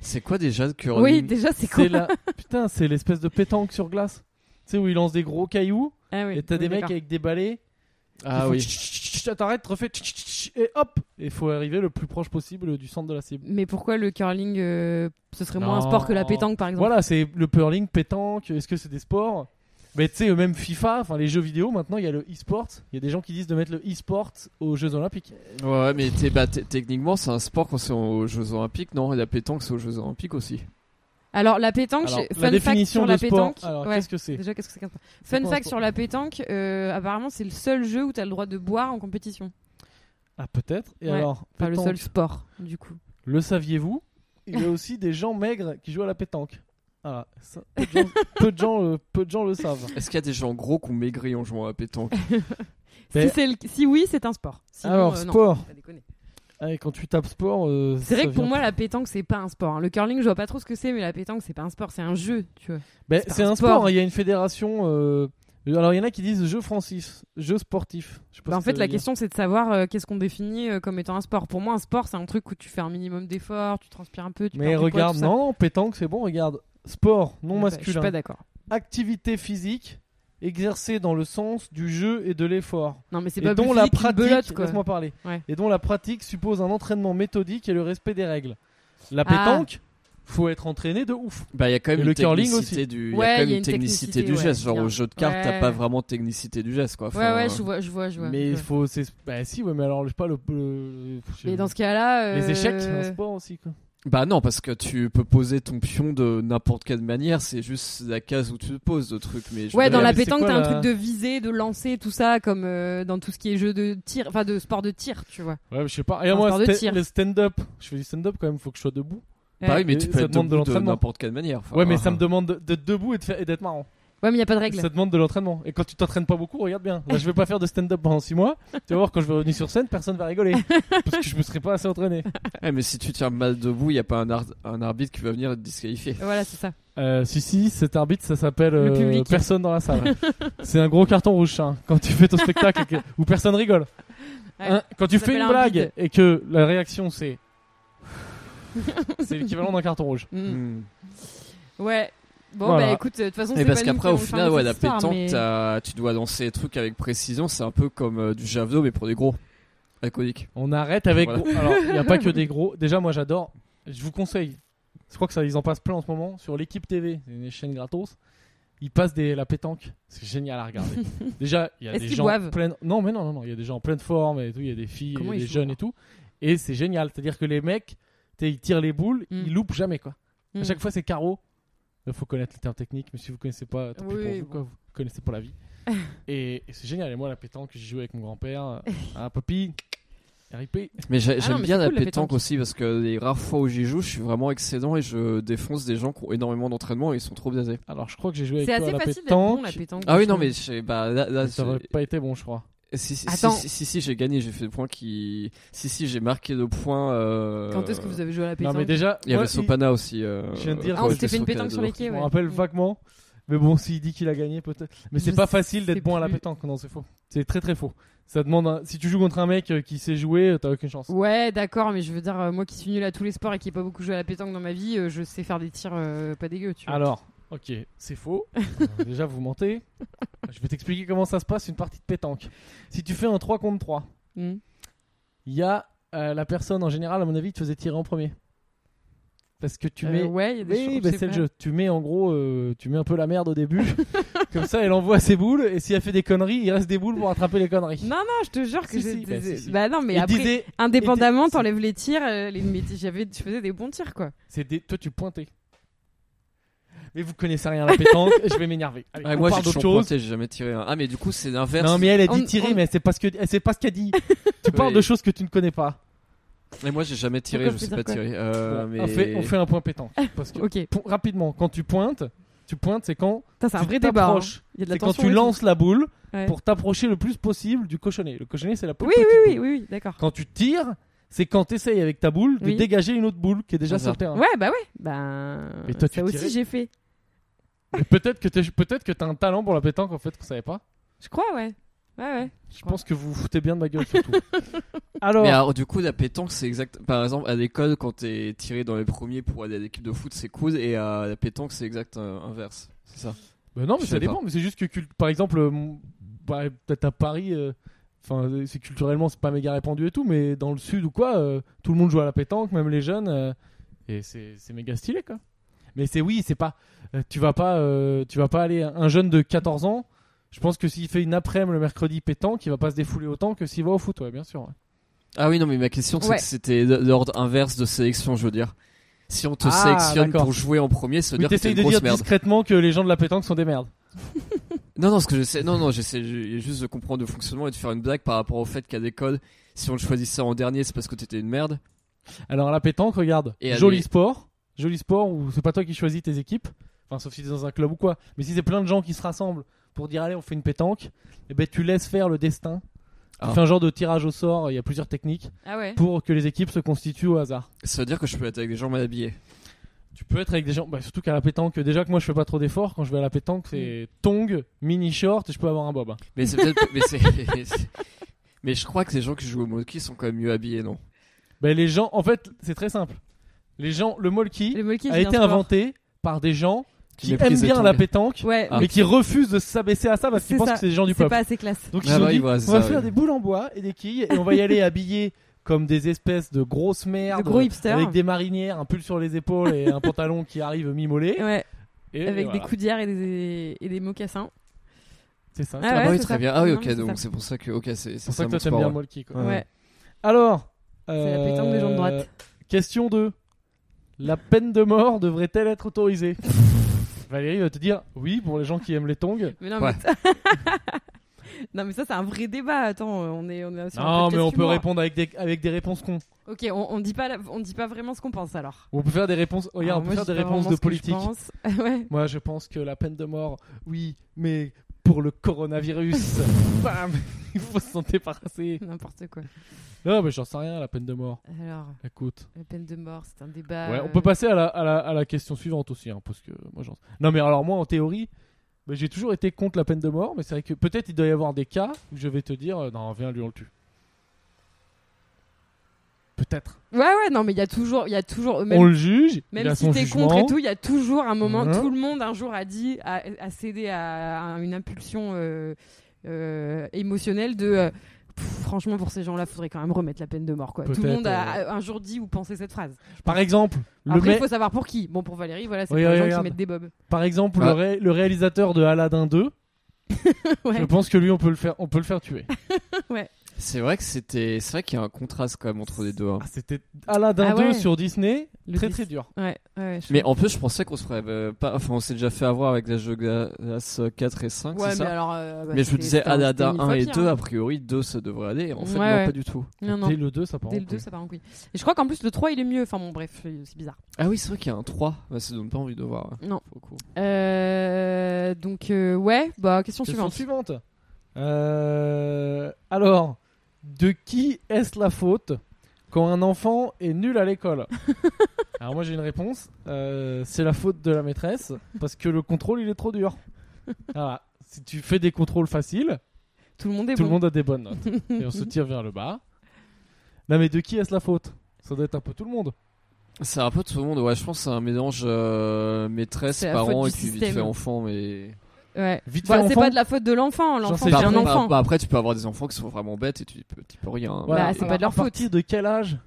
[SPEAKER 3] C'est quoi déjà le curling
[SPEAKER 2] Oui, déjà, c'est quoi
[SPEAKER 1] C'est la... Putain, c'est l'espèce de pétanque sur glace. Tu sais, où ils lancent des gros cailloux
[SPEAKER 2] Ah oui,
[SPEAKER 1] et t'as
[SPEAKER 2] oui,
[SPEAKER 1] des mecs
[SPEAKER 2] d'accord.
[SPEAKER 1] avec des balais.
[SPEAKER 3] Ah oui.
[SPEAKER 1] oui. T'arrêtes, refais. tch, tch, tch, Et hop Et faut arriver le plus proche possible du centre de la cible.
[SPEAKER 2] Mais pourquoi le curling, euh, ce serait moins un
[SPEAKER 1] Non.
[SPEAKER 2] sport que la pétanque par exemple
[SPEAKER 1] Voilà, c'est le curling, pétanque. Est-ce que c'est des sports Mais tu sais, même FIFA, enfin les jeux vidéo, maintenant il y a le e-sport. Il y a des gens qui disent de mettre le e-sport aux Jeux Olympiques.
[SPEAKER 3] Ouais, ouais, mais t'es- bah, t'es- techniquement, c'est un sport quand c'est aux Jeux Olympiques, non Et la pétanque, c'est aux Jeux Olympiques aussi.
[SPEAKER 2] Alors la pétanque,
[SPEAKER 1] Alors,
[SPEAKER 2] j'ai- fun
[SPEAKER 1] la
[SPEAKER 2] fact
[SPEAKER 1] définition
[SPEAKER 2] sur la
[SPEAKER 1] de sport.
[SPEAKER 2] pétanque.
[SPEAKER 1] Alors
[SPEAKER 2] ouais.
[SPEAKER 1] qu'est-ce que c'est
[SPEAKER 2] Déjà, qu'est-ce que c'est qu'un sport
[SPEAKER 1] C'est
[SPEAKER 2] Fun
[SPEAKER 1] pas un
[SPEAKER 2] fact
[SPEAKER 1] sport.
[SPEAKER 2] sur la pétanque, euh, apparemment, c'est le seul jeu où t'as le droit de boire en compétition.
[SPEAKER 1] Ah peut-être. Et
[SPEAKER 2] Ouais.
[SPEAKER 1] alors
[SPEAKER 2] Enfin, le
[SPEAKER 1] pétanque.
[SPEAKER 2] seul sport, du coup.
[SPEAKER 1] Le saviez-vous Il y a aussi des gens maigres qui jouent à la pétanque. Voilà, Ah, ça, peu, de gens, peu, de gens, le- peu de gens le savent.
[SPEAKER 3] Est-ce qu'il y a des gens gros qui ont maigri en jouant à la pétanque
[SPEAKER 1] Mais-
[SPEAKER 2] Si, c'est le- si oui, c'est un sport. Sinon,
[SPEAKER 1] Alors,
[SPEAKER 2] euh, non,
[SPEAKER 1] sport.
[SPEAKER 2] pas déconner.
[SPEAKER 1] Allez, Ah, quand tu tapes sport, euh,
[SPEAKER 2] C'est
[SPEAKER 1] ça
[SPEAKER 2] vrai que pour
[SPEAKER 1] vient
[SPEAKER 2] moi,
[SPEAKER 1] pas.
[SPEAKER 2] la pétanque, c'est pas un sport. hein. Le curling, je vois pas trop ce que c'est, mais la pétanque, c'est pas un sport, c'est un jeu, tu vois.
[SPEAKER 1] Ben,
[SPEAKER 2] c'est pas
[SPEAKER 1] c'est
[SPEAKER 2] un
[SPEAKER 1] un sport.
[SPEAKER 2] sport.
[SPEAKER 1] hein, Il y a une fédération. euh, Alors il y en a qui disent jeu Francis, jeu sportif. Je sais pas
[SPEAKER 2] Bah, en
[SPEAKER 1] ce que
[SPEAKER 2] fait,
[SPEAKER 1] ça
[SPEAKER 2] la
[SPEAKER 1] veut dire.
[SPEAKER 2] question, c'est de savoir euh, qu'est-ce qu'on définit euh, comme étant un sport. Pour moi, un sport, c'est un truc où tu fais un minimum d'efforts, tu transpires un peu, tu
[SPEAKER 1] Mais
[SPEAKER 2] perds du poids,
[SPEAKER 1] regarde,
[SPEAKER 2] tout ça.
[SPEAKER 1] non, non, pétanque, c'est bon, regarde. Sport, non
[SPEAKER 2] Ouais, bah, Je suis pas
[SPEAKER 1] masculin.
[SPEAKER 2] d'accord.
[SPEAKER 1] Activité physique exercée dans le sens du jeu et de l'effort.
[SPEAKER 2] Non, mais c'est
[SPEAKER 1] Et
[SPEAKER 2] pas
[SPEAKER 1] dont
[SPEAKER 2] plus
[SPEAKER 1] la
[SPEAKER 2] physique qu'une belote,
[SPEAKER 1] pratique,
[SPEAKER 2] quoi.
[SPEAKER 1] laisse-moi parler.
[SPEAKER 2] Ouais.
[SPEAKER 1] Et dont la pratique suppose un entraînement méthodique et le respect des règles.
[SPEAKER 2] Ah.
[SPEAKER 1] La pétanque, faut être entraîné de ouf.
[SPEAKER 3] Bah, il y a quand même
[SPEAKER 1] Et
[SPEAKER 3] une
[SPEAKER 1] le curling
[SPEAKER 3] technicité du, il y
[SPEAKER 2] Ouais,
[SPEAKER 3] a
[SPEAKER 2] il
[SPEAKER 3] quand même
[SPEAKER 2] y a
[SPEAKER 3] une
[SPEAKER 2] une
[SPEAKER 3] technicité,
[SPEAKER 2] technicité,
[SPEAKER 3] du
[SPEAKER 2] ouais,
[SPEAKER 3] geste. Genre,
[SPEAKER 2] bien.
[SPEAKER 3] au jeu de cartes,
[SPEAKER 2] Ouais.
[SPEAKER 3] t'as pas vraiment de technicité du geste, quoi.
[SPEAKER 2] Ouais,
[SPEAKER 3] Enfin,
[SPEAKER 2] ouais,
[SPEAKER 3] euh,
[SPEAKER 2] je vois, je vois, je vois.
[SPEAKER 1] mais
[SPEAKER 2] je
[SPEAKER 1] il
[SPEAKER 2] vois.
[SPEAKER 1] faut, c'est, bah si, ouais, mais alors je sais pas le, le- je-
[SPEAKER 2] Mais dans ce cas-là.
[SPEAKER 1] les
[SPEAKER 2] euh,
[SPEAKER 1] échecs, c'est un sport aussi. Quoi.
[SPEAKER 3] Bah non, parce que tu peux poser ton pion de n'importe quelle manière, c'est juste la case où tu te poses le truc. Mais je
[SPEAKER 2] Ouais,
[SPEAKER 3] veux
[SPEAKER 2] dans
[SPEAKER 3] dire,
[SPEAKER 2] la
[SPEAKER 1] mais c'est
[SPEAKER 2] pétanque,
[SPEAKER 1] quoi,
[SPEAKER 2] t'as un
[SPEAKER 1] la-
[SPEAKER 2] truc de visée, de lancer, tout ça, comme euh, dans tout ce qui est jeu de tir, enfin de sport de tir, tu vois.
[SPEAKER 1] Ouais, mais je sais pas. Et
[SPEAKER 2] Un
[SPEAKER 1] moi,
[SPEAKER 2] sport de
[SPEAKER 1] sta-
[SPEAKER 2] tir.
[SPEAKER 1] le stand-up, je fais du stand-up quand même, faut que je sois debout.
[SPEAKER 3] Bah oui, mais
[SPEAKER 1] Et
[SPEAKER 3] tu peux
[SPEAKER 1] ça
[SPEAKER 3] être
[SPEAKER 1] demande de
[SPEAKER 3] debout de
[SPEAKER 1] l'entraînement.
[SPEAKER 3] n'importe quelle manière. Enfin,
[SPEAKER 1] ouais, mais
[SPEAKER 3] euh,
[SPEAKER 1] ça me demande de- d'être debout et de faire- et d'être marrant.
[SPEAKER 2] Ouais, mais il y a pas de règle.
[SPEAKER 1] Ça demande de l'entraînement. Et quand tu t'entraînes pas beaucoup, regarde bien. Là, je vais pas faire de stand-up pendant 6 mois. Tu vas voir, quand je vais revenir sur scène, personne va rigoler. parce que je me serais pas assez entraîné.
[SPEAKER 3] Ouais, mais si tu tiens mal debout, il y a pas un, ar- un arbitre qui va venir te disqualifier.
[SPEAKER 2] Voilà, c'est ça.
[SPEAKER 1] Euh, si, si, cet arbitre, ça s'appelle
[SPEAKER 2] Le
[SPEAKER 1] euh,
[SPEAKER 2] public.
[SPEAKER 1] Personne dans la salle. C'est un gros carton rouge, hein, quand tu fais ton spectacle et que- où personne rigole. Hein, quand tu
[SPEAKER 2] ça
[SPEAKER 1] fais
[SPEAKER 2] s'appelle
[SPEAKER 1] une
[SPEAKER 2] un
[SPEAKER 1] blague
[SPEAKER 2] bide.
[SPEAKER 1] et que la réaction c'est. c'est l'équivalent d'un carton rouge.
[SPEAKER 2] Mm.
[SPEAKER 3] Hmm.
[SPEAKER 2] Ouais. Bon,
[SPEAKER 1] Voilà.
[SPEAKER 2] bah écoute, euh, de toute façon,
[SPEAKER 3] Et
[SPEAKER 2] c'est
[SPEAKER 3] parce
[SPEAKER 2] pas nous
[SPEAKER 3] qu'après,
[SPEAKER 2] qui
[SPEAKER 3] au
[SPEAKER 2] allons
[SPEAKER 3] final,
[SPEAKER 2] fermer
[SPEAKER 3] ouais, la
[SPEAKER 2] cette histoire,
[SPEAKER 3] pétanque,
[SPEAKER 2] mais-
[SPEAKER 3] t'as- tu dois lancer les trucs avec précision. C'est un peu comme euh, du javelot, mais pour des gros alcooliques.
[SPEAKER 1] On arrête avec.
[SPEAKER 3] Voilà.
[SPEAKER 1] gros- Alors, il n'y a pas que des gros. Déjà, moi, j'adore. Je vous conseille. Je crois que ça, ils en passent plein en ce moment sur l'équipe TV, c'est une chaîne gratos. Ils passent des, la pétanque. C'est génial à regarder. Déjà, il y a
[SPEAKER 2] Est-ce
[SPEAKER 1] des
[SPEAKER 2] qu'ils
[SPEAKER 1] gens
[SPEAKER 2] boivent
[SPEAKER 1] plein. Non, mais non, non, non. Il y a des gens en pleine forme et tout. Il y a des filles, il y
[SPEAKER 2] Comment
[SPEAKER 1] a
[SPEAKER 2] ils
[SPEAKER 1] des
[SPEAKER 2] jouent,
[SPEAKER 1] jeunes
[SPEAKER 2] là
[SPEAKER 1] et tout. Et c'est génial. C'est-à-dire que les mecs, t'sais, ils tirent les boules,
[SPEAKER 2] Mm.
[SPEAKER 1] ils loupent jamais quoi.
[SPEAKER 2] Mm.
[SPEAKER 1] À chaque fois, c'est carreau. Il faut connaître le terme technique, mais si vous connaissez pas, tant pis pour
[SPEAKER 2] Oui,
[SPEAKER 1] vous,
[SPEAKER 2] bon.
[SPEAKER 1] quoi, vous connaissez pour la vie. et et c'est génial. Et moi, la pétanque, j'ai joué avec mon grand-père. hein, Un papy, RIP.
[SPEAKER 3] Mais j'ai-
[SPEAKER 2] Ah
[SPEAKER 3] j'aime
[SPEAKER 2] non, mais
[SPEAKER 3] bien
[SPEAKER 2] c'est
[SPEAKER 3] la
[SPEAKER 2] cool, la
[SPEAKER 3] pétanque,
[SPEAKER 2] pétanque.
[SPEAKER 3] aussi parce que les rares fois où j'y joue, je suis vraiment excellent et je défonce des gens qui ont énormément d'entraînement et ils sont trop blasés.
[SPEAKER 1] Alors, je crois que j'ai joué avec
[SPEAKER 2] C'est
[SPEAKER 1] toi
[SPEAKER 2] assez
[SPEAKER 1] à la
[SPEAKER 2] facile
[SPEAKER 1] pétanque.
[SPEAKER 2] d'être bon, la pétanque.
[SPEAKER 3] Ah oui,
[SPEAKER 2] je
[SPEAKER 3] non,
[SPEAKER 2] trouve.
[SPEAKER 3] mais j'ai- bah, là, là,
[SPEAKER 1] mais ça aurait
[SPEAKER 3] j'ai-
[SPEAKER 1] pas été bon, je crois.
[SPEAKER 3] si, si,
[SPEAKER 2] Attends.
[SPEAKER 3] si, si, si, j'ai gagné, j'ai fait le point qui. Si, si, j'ai marqué le point. euh,
[SPEAKER 2] Quand est-ce que vous avez joué à la
[SPEAKER 1] Non,
[SPEAKER 2] pétanque
[SPEAKER 1] mais déjà,
[SPEAKER 3] Il y
[SPEAKER 1] moi,
[SPEAKER 3] avait Sopana aussi. euh,
[SPEAKER 1] Je viens de dire
[SPEAKER 3] quand
[SPEAKER 2] Ah, on
[SPEAKER 3] j'ai
[SPEAKER 2] s'était fait une
[SPEAKER 3] sauté à
[SPEAKER 2] pétanque sur
[SPEAKER 3] deux.
[SPEAKER 2] les quais,
[SPEAKER 1] je
[SPEAKER 2] ouais. Mm.
[SPEAKER 1] me rappelle vaguement. Mais bon, s'il dit qu'il a gagné, peut-être. Mais c'est
[SPEAKER 2] Je
[SPEAKER 1] pas facile
[SPEAKER 2] sais
[SPEAKER 1] d'être bon à la
[SPEAKER 2] plus.
[SPEAKER 1] pétanque. Non, c'est faux. C'est très très faux. Ça demande. un- Si tu joues contre un mec euh, qui sait jouer, euh, t'as aucune chance.
[SPEAKER 2] Ouais, d'accord, mais je veux dire, euh, moi qui suis nul à tous les sports et qui n'ai pas beaucoup joué à la pétanque dans ma vie, euh, je sais faire des tirs euh, pas dégueux, tu vois.
[SPEAKER 1] Alors, ok, c'est faux. Alors, déjà, vous mentez. Je vais t'expliquer comment ça se passe une partie de pétanque. Si tu fais un 3 contre 3,
[SPEAKER 2] Mm.
[SPEAKER 1] il y a euh, la personne en général, à mon avis, qui te faisait tirer en premier. Parce que tu
[SPEAKER 2] Euh,
[SPEAKER 1] mets.
[SPEAKER 2] ouais, il y a des choses,
[SPEAKER 1] Oui,
[SPEAKER 2] je
[SPEAKER 1] bah,
[SPEAKER 2] sais
[SPEAKER 1] c'est le
[SPEAKER 2] pas.
[SPEAKER 1] jeu. Tu mets en gros, euh, tu mets un peu la merde au début. Comme ça, elle envoie ses boules. Et si elle fait des conneries, il reste des boules pour attraper les conneries.
[SPEAKER 2] Non, non, Ah, je te jure que
[SPEAKER 1] Si,
[SPEAKER 2] j'ai.
[SPEAKER 1] si, bah, si, si.
[SPEAKER 2] bah non, mais
[SPEAKER 1] Et
[SPEAKER 2] après,
[SPEAKER 1] disait- et
[SPEAKER 2] indépendamment,
[SPEAKER 1] dis-
[SPEAKER 2] t'enlèves les tirs, euh, les... mais j'avais- je faisais des bons tirs, quoi.
[SPEAKER 1] c'est des- toi, tu pointais. Mais vous connaissez rien à la pétanque. je vais m'énerver. Allez,
[SPEAKER 3] Ah,
[SPEAKER 1] on
[SPEAKER 3] moi, j'ai
[SPEAKER 1] parle d'autre
[SPEAKER 3] toujours
[SPEAKER 1] chose.
[SPEAKER 3] pointé, j'ai jamais tiré un. Ah, mais du coup, c'est l'inverse.
[SPEAKER 1] Non, mais elle a dit
[SPEAKER 2] On-
[SPEAKER 1] tirer,
[SPEAKER 2] on-
[SPEAKER 1] mais c'est pas ce que, elle sait pas ce qu'elle dit. tu parles
[SPEAKER 3] Oui.
[SPEAKER 1] de choses que tu ne connais pas.
[SPEAKER 3] Et moi, j'ai jamais tiré,
[SPEAKER 2] Pourquoi
[SPEAKER 3] je sais
[SPEAKER 2] faut
[SPEAKER 3] pas
[SPEAKER 2] dire quoi
[SPEAKER 3] tirer. Euh,
[SPEAKER 1] Bon,
[SPEAKER 3] mais...
[SPEAKER 1] on, fait, on fait un point pétanque. Parce que
[SPEAKER 2] Ok.
[SPEAKER 1] pour- rapidement, quand tu pointes, tu pointes, c'est quand
[SPEAKER 2] Putain, C'est un
[SPEAKER 1] tu
[SPEAKER 2] vrai débat. hein.
[SPEAKER 1] t'approches.
[SPEAKER 2] Il y a de la
[SPEAKER 1] C'est quand
[SPEAKER 2] tension
[SPEAKER 1] tu
[SPEAKER 2] et tout.
[SPEAKER 1] lances la boule
[SPEAKER 2] Ouais.
[SPEAKER 1] pour t'approcher le plus possible du cochonnet. Le cochonnet, c'est la plus
[SPEAKER 2] Oui, oui,
[SPEAKER 1] petite
[SPEAKER 2] oui,
[SPEAKER 1] boule.
[SPEAKER 2] oui, oui, d'accord.
[SPEAKER 1] Quand tu tires, c'est quand tu essayes avec ta boule de
[SPEAKER 2] Oui.
[SPEAKER 1] dégager une autre boule qui est déjà
[SPEAKER 3] C'est
[SPEAKER 1] sur le
[SPEAKER 3] ça.
[SPEAKER 1] terrain.
[SPEAKER 2] Ouais, bah ouais. Ben.
[SPEAKER 1] Mais toi, tu
[SPEAKER 2] ça
[SPEAKER 1] tirais
[SPEAKER 2] aussi, j'ai fait.
[SPEAKER 1] Mais Peut-être que t'es- peut-être que t'as un talent pour la pétanque en fait qu'on savait pas.
[SPEAKER 2] Je crois, ouais. Ouais, ouais.
[SPEAKER 1] Je pense que vous vous foutez bien de ma gueule surtout.
[SPEAKER 3] Mais euh,
[SPEAKER 1] Alors,
[SPEAKER 3] alors, du coup, la pétanque, c'est exact. Par exemple, à l'école, quand t'es tiré dans les premiers pour aller à l'équipe de foot, c'est cool. Et à la pétanque, c'est exact euh, inverse. C'est ça.
[SPEAKER 1] Bah non, mais
[SPEAKER 3] Je
[SPEAKER 1] ça
[SPEAKER 3] sais
[SPEAKER 1] dépend.
[SPEAKER 3] pas.
[SPEAKER 1] Mais c'est juste que cult- par exemple, euh, mon- bah, peut-être à Paris. euh, Enfin, euh, c'est culturellement, c'est pas méga répandu et tout, mais dans le sud ou quoi, euh, tout le monde joue à la pétanque, même les jeunes, euh, et c'est c'est méga stylé quoi. Mais c'est oui, c'est pas, euh, tu vas pas, euh, tu vas pas aller un jeune de 14 ans. Je pense que s'il fait une après-midi le mercredi pétanque, il va pas se défouler autant que s'il va au foot, ouais, bien sûr. ouais.
[SPEAKER 3] Ah oui, non, mais ma question, c'est
[SPEAKER 2] Ouais.
[SPEAKER 3] que c'était l'ordre inverse de sélection, je veux dire. Si on te
[SPEAKER 1] Ah,
[SPEAKER 3] sélectionne
[SPEAKER 1] d'accord.
[SPEAKER 3] pour jouer en premier, ça veut
[SPEAKER 1] Oui,
[SPEAKER 3] dire que t'es
[SPEAKER 1] t'essayes
[SPEAKER 3] une
[SPEAKER 1] de
[SPEAKER 3] grosse
[SPEAKER 1] dire
[SPEAKER 3] merde.
[SPEAKER 1] discrètement que les gens de la pétanque sont des merdes.
[SPEAKER 3] Non, non, ce que j'essaie, non, non, j'essaie ju- juste de comprendre le fonctionnement et de faire une blague par rapport au fait qu'à l'école, si on te choisissait en dernier, c'est parce que t'étais une merde.
[SPEAKER 1] Alors la pétanque, regarde,
[SPEAKER 3] Et à
[SPEAKER 1] joli
[SPEAKER 3] lui.
[SPEAKER 1] sport, joli sport où c'est pas toi qui choisis tes équipes, enfin sauf si t'es dans un club ou quoi. Mais si c'est plein de gens qui se rassemblent pour dire allez on fait une pétanque, eh ben tu laisses faire le destin. Tu
[SPEAKER 3] Ah.
[SPEAKER 1] fais un genre de tirage au sort, il y a plusieurs techniques
[SPEAKER 2] Ah ouais.
[SPEAKER 1] pour que les équipes se constituent au hasard.
[SPEAKER 3] Ça veut dire que je peux être avec des gens mal habillés.
[SPEAKER 1] Tu peux être avec des gens, bah, surtout qu'à la pétanque, déjà que moi je fais pas trop d'efforts quand je vais à la pétanque, c'est
[SPEAKER 3] Mm.
[SPEAKER 1] tongs, mini short et je peux avoir un bob. hein.
[SPEAKER 3] Mais c'est peut-être, mais c'est, mais je crois que les gens qui jouent au Moki sont quand même mieux habillés, non?
[SPEAKER 1] Ben les gens, en fait c'est très simple. Les gens, le molki
[SPEAKER 2] Les molki,
[SPEAKER 1] a
[SPEAKER 2] c'est
[SPEAKER 1] été
[SPEAKER 2] un sport.
[SPEAKER 1] inventé par des gens
[SPEAKER 3] Qui
[SPEAKER 1] qui aiment
[SPEAKER 3] méprisent les
[SPEAKER 1] bien la
[SPEAKER 3] tongs.
[SPEAKER 1] pétanque
[SPEAKER 2] Ouais,
[SPEAKER 3] Ah.
[SPEAKER 1] mais qui refusent de s'abaisser à ça parce qu'ils
[SPEAKER 2] C'est
[SPEAKER 1] pensent
[SPEAKER 2] ça.
[SPEAKER 1] que c'est des gens du
[SPEAKER 2] c'est
[SPEAKER 1] peuple.
[SPEAKER 2] pas assez classe.
[SPEAKER 1] Donc ils
[SPEAKER 3] Ah
[SPEAKER 1] se
[SPEAKER 3] bah
[SPEAKER 1] sont
[SPEAKER 3] oui,
[SPEAKER 1] dit,
[SPEAKER 3] voilà, c'est
[SPEAKER 1] on va
[SPEAKER 3] ça,
[SPEAKER 1] faire
[SPEAKER 3] oui.
[SPEAKER 1] des boules en bois et des quilles et on va y aller habillés comme des espèces de grosses merdes,
[SPEAKER 2] De gros hipsters.
[SPEAKER 1] avec des marinières, un pull sur les épaules et un pantalon qui arrive mi-mollet.
[SPEAKER 2] Ouais,
[SPEAKER 1] Et
[SPEAKER 2] avec
[SPEAKER 1] voilà.
[SPEAKER 2] des coudières et des, et des mocassins.
[SPEAKER 1] C'est ça.
[SPEAKER 2] Ah
[SPEAKER 1] c'est
[SPEAKER 3] Ah
[SPEAKER 2] ouais,
[SPEAKER 3] bah oui,
[SPEAKER 2] c'est
[SPEAKER 3] très
[SPEAKER 2] ça.
[SPEAKER 3] bien. Ah oui,
[SPEAKER 2] Non,
[SPEAKER 3] ok,
[SPEAKER 2] mais c'est
[SPEAKER 3] donc
[SPEAKER 2] ça.
[SPEAKER 3] c'est pour ça que, ok, c'est, c'est,
[SPEAKER 1] pour ça que
[SPEAKER 3] mon
[SPEAKER 1] toi t'aimes
[SPEAKER 3] sport,
[SPEAKER 1] bien
[SPEAKER 3] ouais.
[SPEAKER 1] le molki. Quoi.
[SPEAKER 3] Ouais.
[SPEAKER 2] Ouais.
[SPEAKER 1] Alors,
[SPEAKER 2] C'est la
[SPEAKER 1] euh,
[SPEAKER 2] pétanque des gens de droite.
[SPEAKER 1] Question 2. La peine de mort devrait-elle être autorisée Valérie va te dire oui pour les gens qui aiment les tongs.
[SPEAKER 2] Mais non,
[SPEAKER 3] Ouais.
[SPEAKER 2] mais... non, mais ça, c'est un vrai débat. Attends, euh, on est, on est sur un
[SPEAKER 1] Non, mais
[SPEAKER 2] podcast
[SPEAKER 1] on peut
[SPEAKER 2] humour.
[SPEAKER 1] répondre avec des, avec des réponses cons.
[SPEAKER 2] Ok, on, on dit pas, la- on dit pas vraiment ce qu'on pense alors.
[SPEAKER 1] On peut faire des réponses,
[SPEAKER 2] Alors,
[SPEAKER 1] regarde, on
[SPEAKER 2] Ah, moi,
[SPEAKER 1] peut
[SPEAKER 2] je
[SPEAKER 1] faire des
[SPEAKER 2] dis pas
[SPEAKER 1] réponses
[SPEAKER 2] vraiment
[SPEAKER 1] de
[SPEAKER 2] ce que je
[SPEAKER 1] politique.
[SPEAKER 2] pense. ouais.
[SPEAKER 1] Moi, je pense que la peine de mort, oui, mais pour le coronavirus, bam, il faut s'en débarrasser.
[SPEAKER 2] N'importe quoi.
[SPEAKER 1] Non, mais j'en sais rien, la peine de mort.
[SPEAKER 2] Alors,
[SPEAKER 1] Écoute.
[SPEAKER 2] la peine de mort, c'est un débat.
[SPEAKER 1] Ouais, on
[SPEAKER 2] euh,
[SPEAKER 1] peut passer à la, à la, à la question suivante aussi, hein, parce que moi, j'en Non, mais alors, moi, en théorie, bah, j'ai toujours été contre la peine de mort, mais c'est vrai que peut-être il doit y avoir des cas où je vais te dire, euh, non, viens, lui, on le tue. peut-être.
[SPEAKER 2] euh, Ouais, ouais, non, mais il y a toujours, il y a toujours, même,
[SPEAKER 1] On le juge, il
[SPEAKER 2] même
[SPEAKER 1] a
[SPEAKER 2] si
[SPEAKER 1] son
[SPEAKER 2] t'es
[SPEAKER 1] jugement.
[SPEAKER 2] contre et tout, il y a toujours un moment,
[SPEAKER 1] Mhm.
[SPEAKER 2] tout le monde un jour a dit, a, a cédé à, à une impulsion euh, euh, émotionnelle de. euh, Pff, franchement, pour ces gens-là, faudrait quand même remettre la peine de mort. Quoi. Tout le
[SPEAKER 1] Peut-être,
[SPEAKER 2] monde a a- un jour dit ou pensé cette phrase.
[SPEAKER 1] Par exemple, le
[SPEAKER 2] Après, il
[SPEAKER 1] mec-
[SPEAKER 2] faut savoir pour qui. Bon, pour Valérie, voilà, c'est
[SPEAKER 1] Oui,
[SPEAKER 2] pour
[SPEAKER 1] oui,
[SPEAKER 2] les gens
[SPEAKER 1] regarde.
[SPEAKER 2] qui mettent des bobs.
[SPEAKER 1] par exemple
[SPEAKER 3] Ah.
[SPEAKER 1] le, ré- le réalisateur de Aladdin 2,
[SPEAKER 2] Ouais.
[SPEAKER 1] je pense que lui on peut le faire, on peut le faire tuer.
[SPEAKER 3] C'est vrai que c'était, c'est vrai qu'il y a un contraste quand même entre les deux. hein.
[SPEAKER 1] Ah, c'était Aladdin
[SPEAKER 2] Ah ouais.
[SPEAKER 1] 2 sur Disney,
[SPEAKER 2] Le
[SPEAKER 1] très
[SPEAKER 2] Dis-
[SPEAKER 1] très dur.
[SPEAKER 2] Ouais, ouais, je-
[SPEAKER 3] Mais en plus, je pensais qu'on se ferait euh, pas. Enfin, on s'est déjà fait avoir avec les jeux de glace 4 et 5,
[SPEAKER 2] Ouais,
[SPEAKER 3] c'est
[SPEAKER 2] mais
[SPEAKER 3] ça
[SPEAKER 2] alors. euh, bah,
[SPEAKER 3] Mais je vous
[SPEAKER 2] c'était-
[SPEAKER 3] disais,
[SPEAKER 2] c'était un- c'était
[SPEAKER 3] Aladdin
[SPEAKER 2] mille
[SPEAKER 3] 1
[SPEAKER 2] fois
[SPEAKER 3] et
[SPEAKER 2] pire,
[SPEAKER 3] 2,
[SPEAKER 2] hein.
[SPEAKER 3] a priori, 2 ça devrait aller. Et en fait,
[SPEAKER 2] Ouais,
[SPEAKER 3] non,
[SPEAKER 2] ouais.
[SPEAKER 3] pas du tout.
[SPEAKER 2] Non, non.
[SPEAKER 1] Dès le 2, ça part.
[SPEAKER 2] Dès
[SPEAKER 1] en
[SPEAKER 2] le 2,
[SPEAKER 1] couille.
[SPEAKER 2] ça part en couille. Et je crois qu'en plus, le 3, il est mieux. Enfin, bon, bref, c'est c'est bizarre.
[SPEAKER 3] Ah oui, c'est vrai qu'il y a un 3. Bah, ça donne pas envie de voir. hein.
[SPEAKER 2] Non.
[SPEAKER 3] Pour le coup.
[SPEAKER 2] Euh, donc, euh, ouais, bah, question,
[SPEAKER 1] Question
[SPEAKER 2] suivante.
[SPEAKER 1] suivante. Euh, alors, de qui est-ce la faute quand un enfant est nul à l'école Alors moi j'ai une réponse. Euh, c'est la faute de la maîtresse parce que le contrôle il est trop dur. Voilà. Si tu fais des contrôles faciles,
[SPEAKER 2] Tout le monde est
[SPEAKER 1] tout
[SPEAKER 2] bon.
[SPEAKER 1] le monde a des bonnes notes et on se tire vers le bas. Non mais de qui est-ce la faute Ça doit être un peu tout le monde.
[SPEAKER 3] C'est un peu tout le monde. Ouais, je pense que c'est un mélange euh, maîtresse,
[SPEAKER 2] C'est la faute
[SPEAKER 3] parents
[SPEAKER 2] du
[SPEAKER 3] et puis vite
[SPEAKER 2] système.
[SPEAKER 3] fait enfant. Mais
[SPEAKER 2] Ouais.
[SPEAKER 1] Vite
[SPEAKER 2] Voilà,
[SPEAKER 1] fait
[SPEAKER 2] Bah, c'est
[SPEAKER 1] enfant.
[SPEAKER 2] pas de la faute de l'enfant.
[SPEAKER 1] J'en
[SPEAKER 2] L'enfant,
[SPEAKER 1] sais
[SPEAKER 2] c'est
[SPEAKER 1] rien.
[SPEAKER 2] un
[SPEAKER 1] Bah,
[SPEAKER 2] enfant.
[SPEAKER 3] bah, après, tu peux avoir des enfants qui sont vraiment bêtes et tu peux, tu peux rien. hein.
[SPEAKER 2] Voilà, Bah, c'est
[SPEAKER 1] Et
[SPEAKER 2] pas de leur
[SPEAKER 1] à partir de quel âge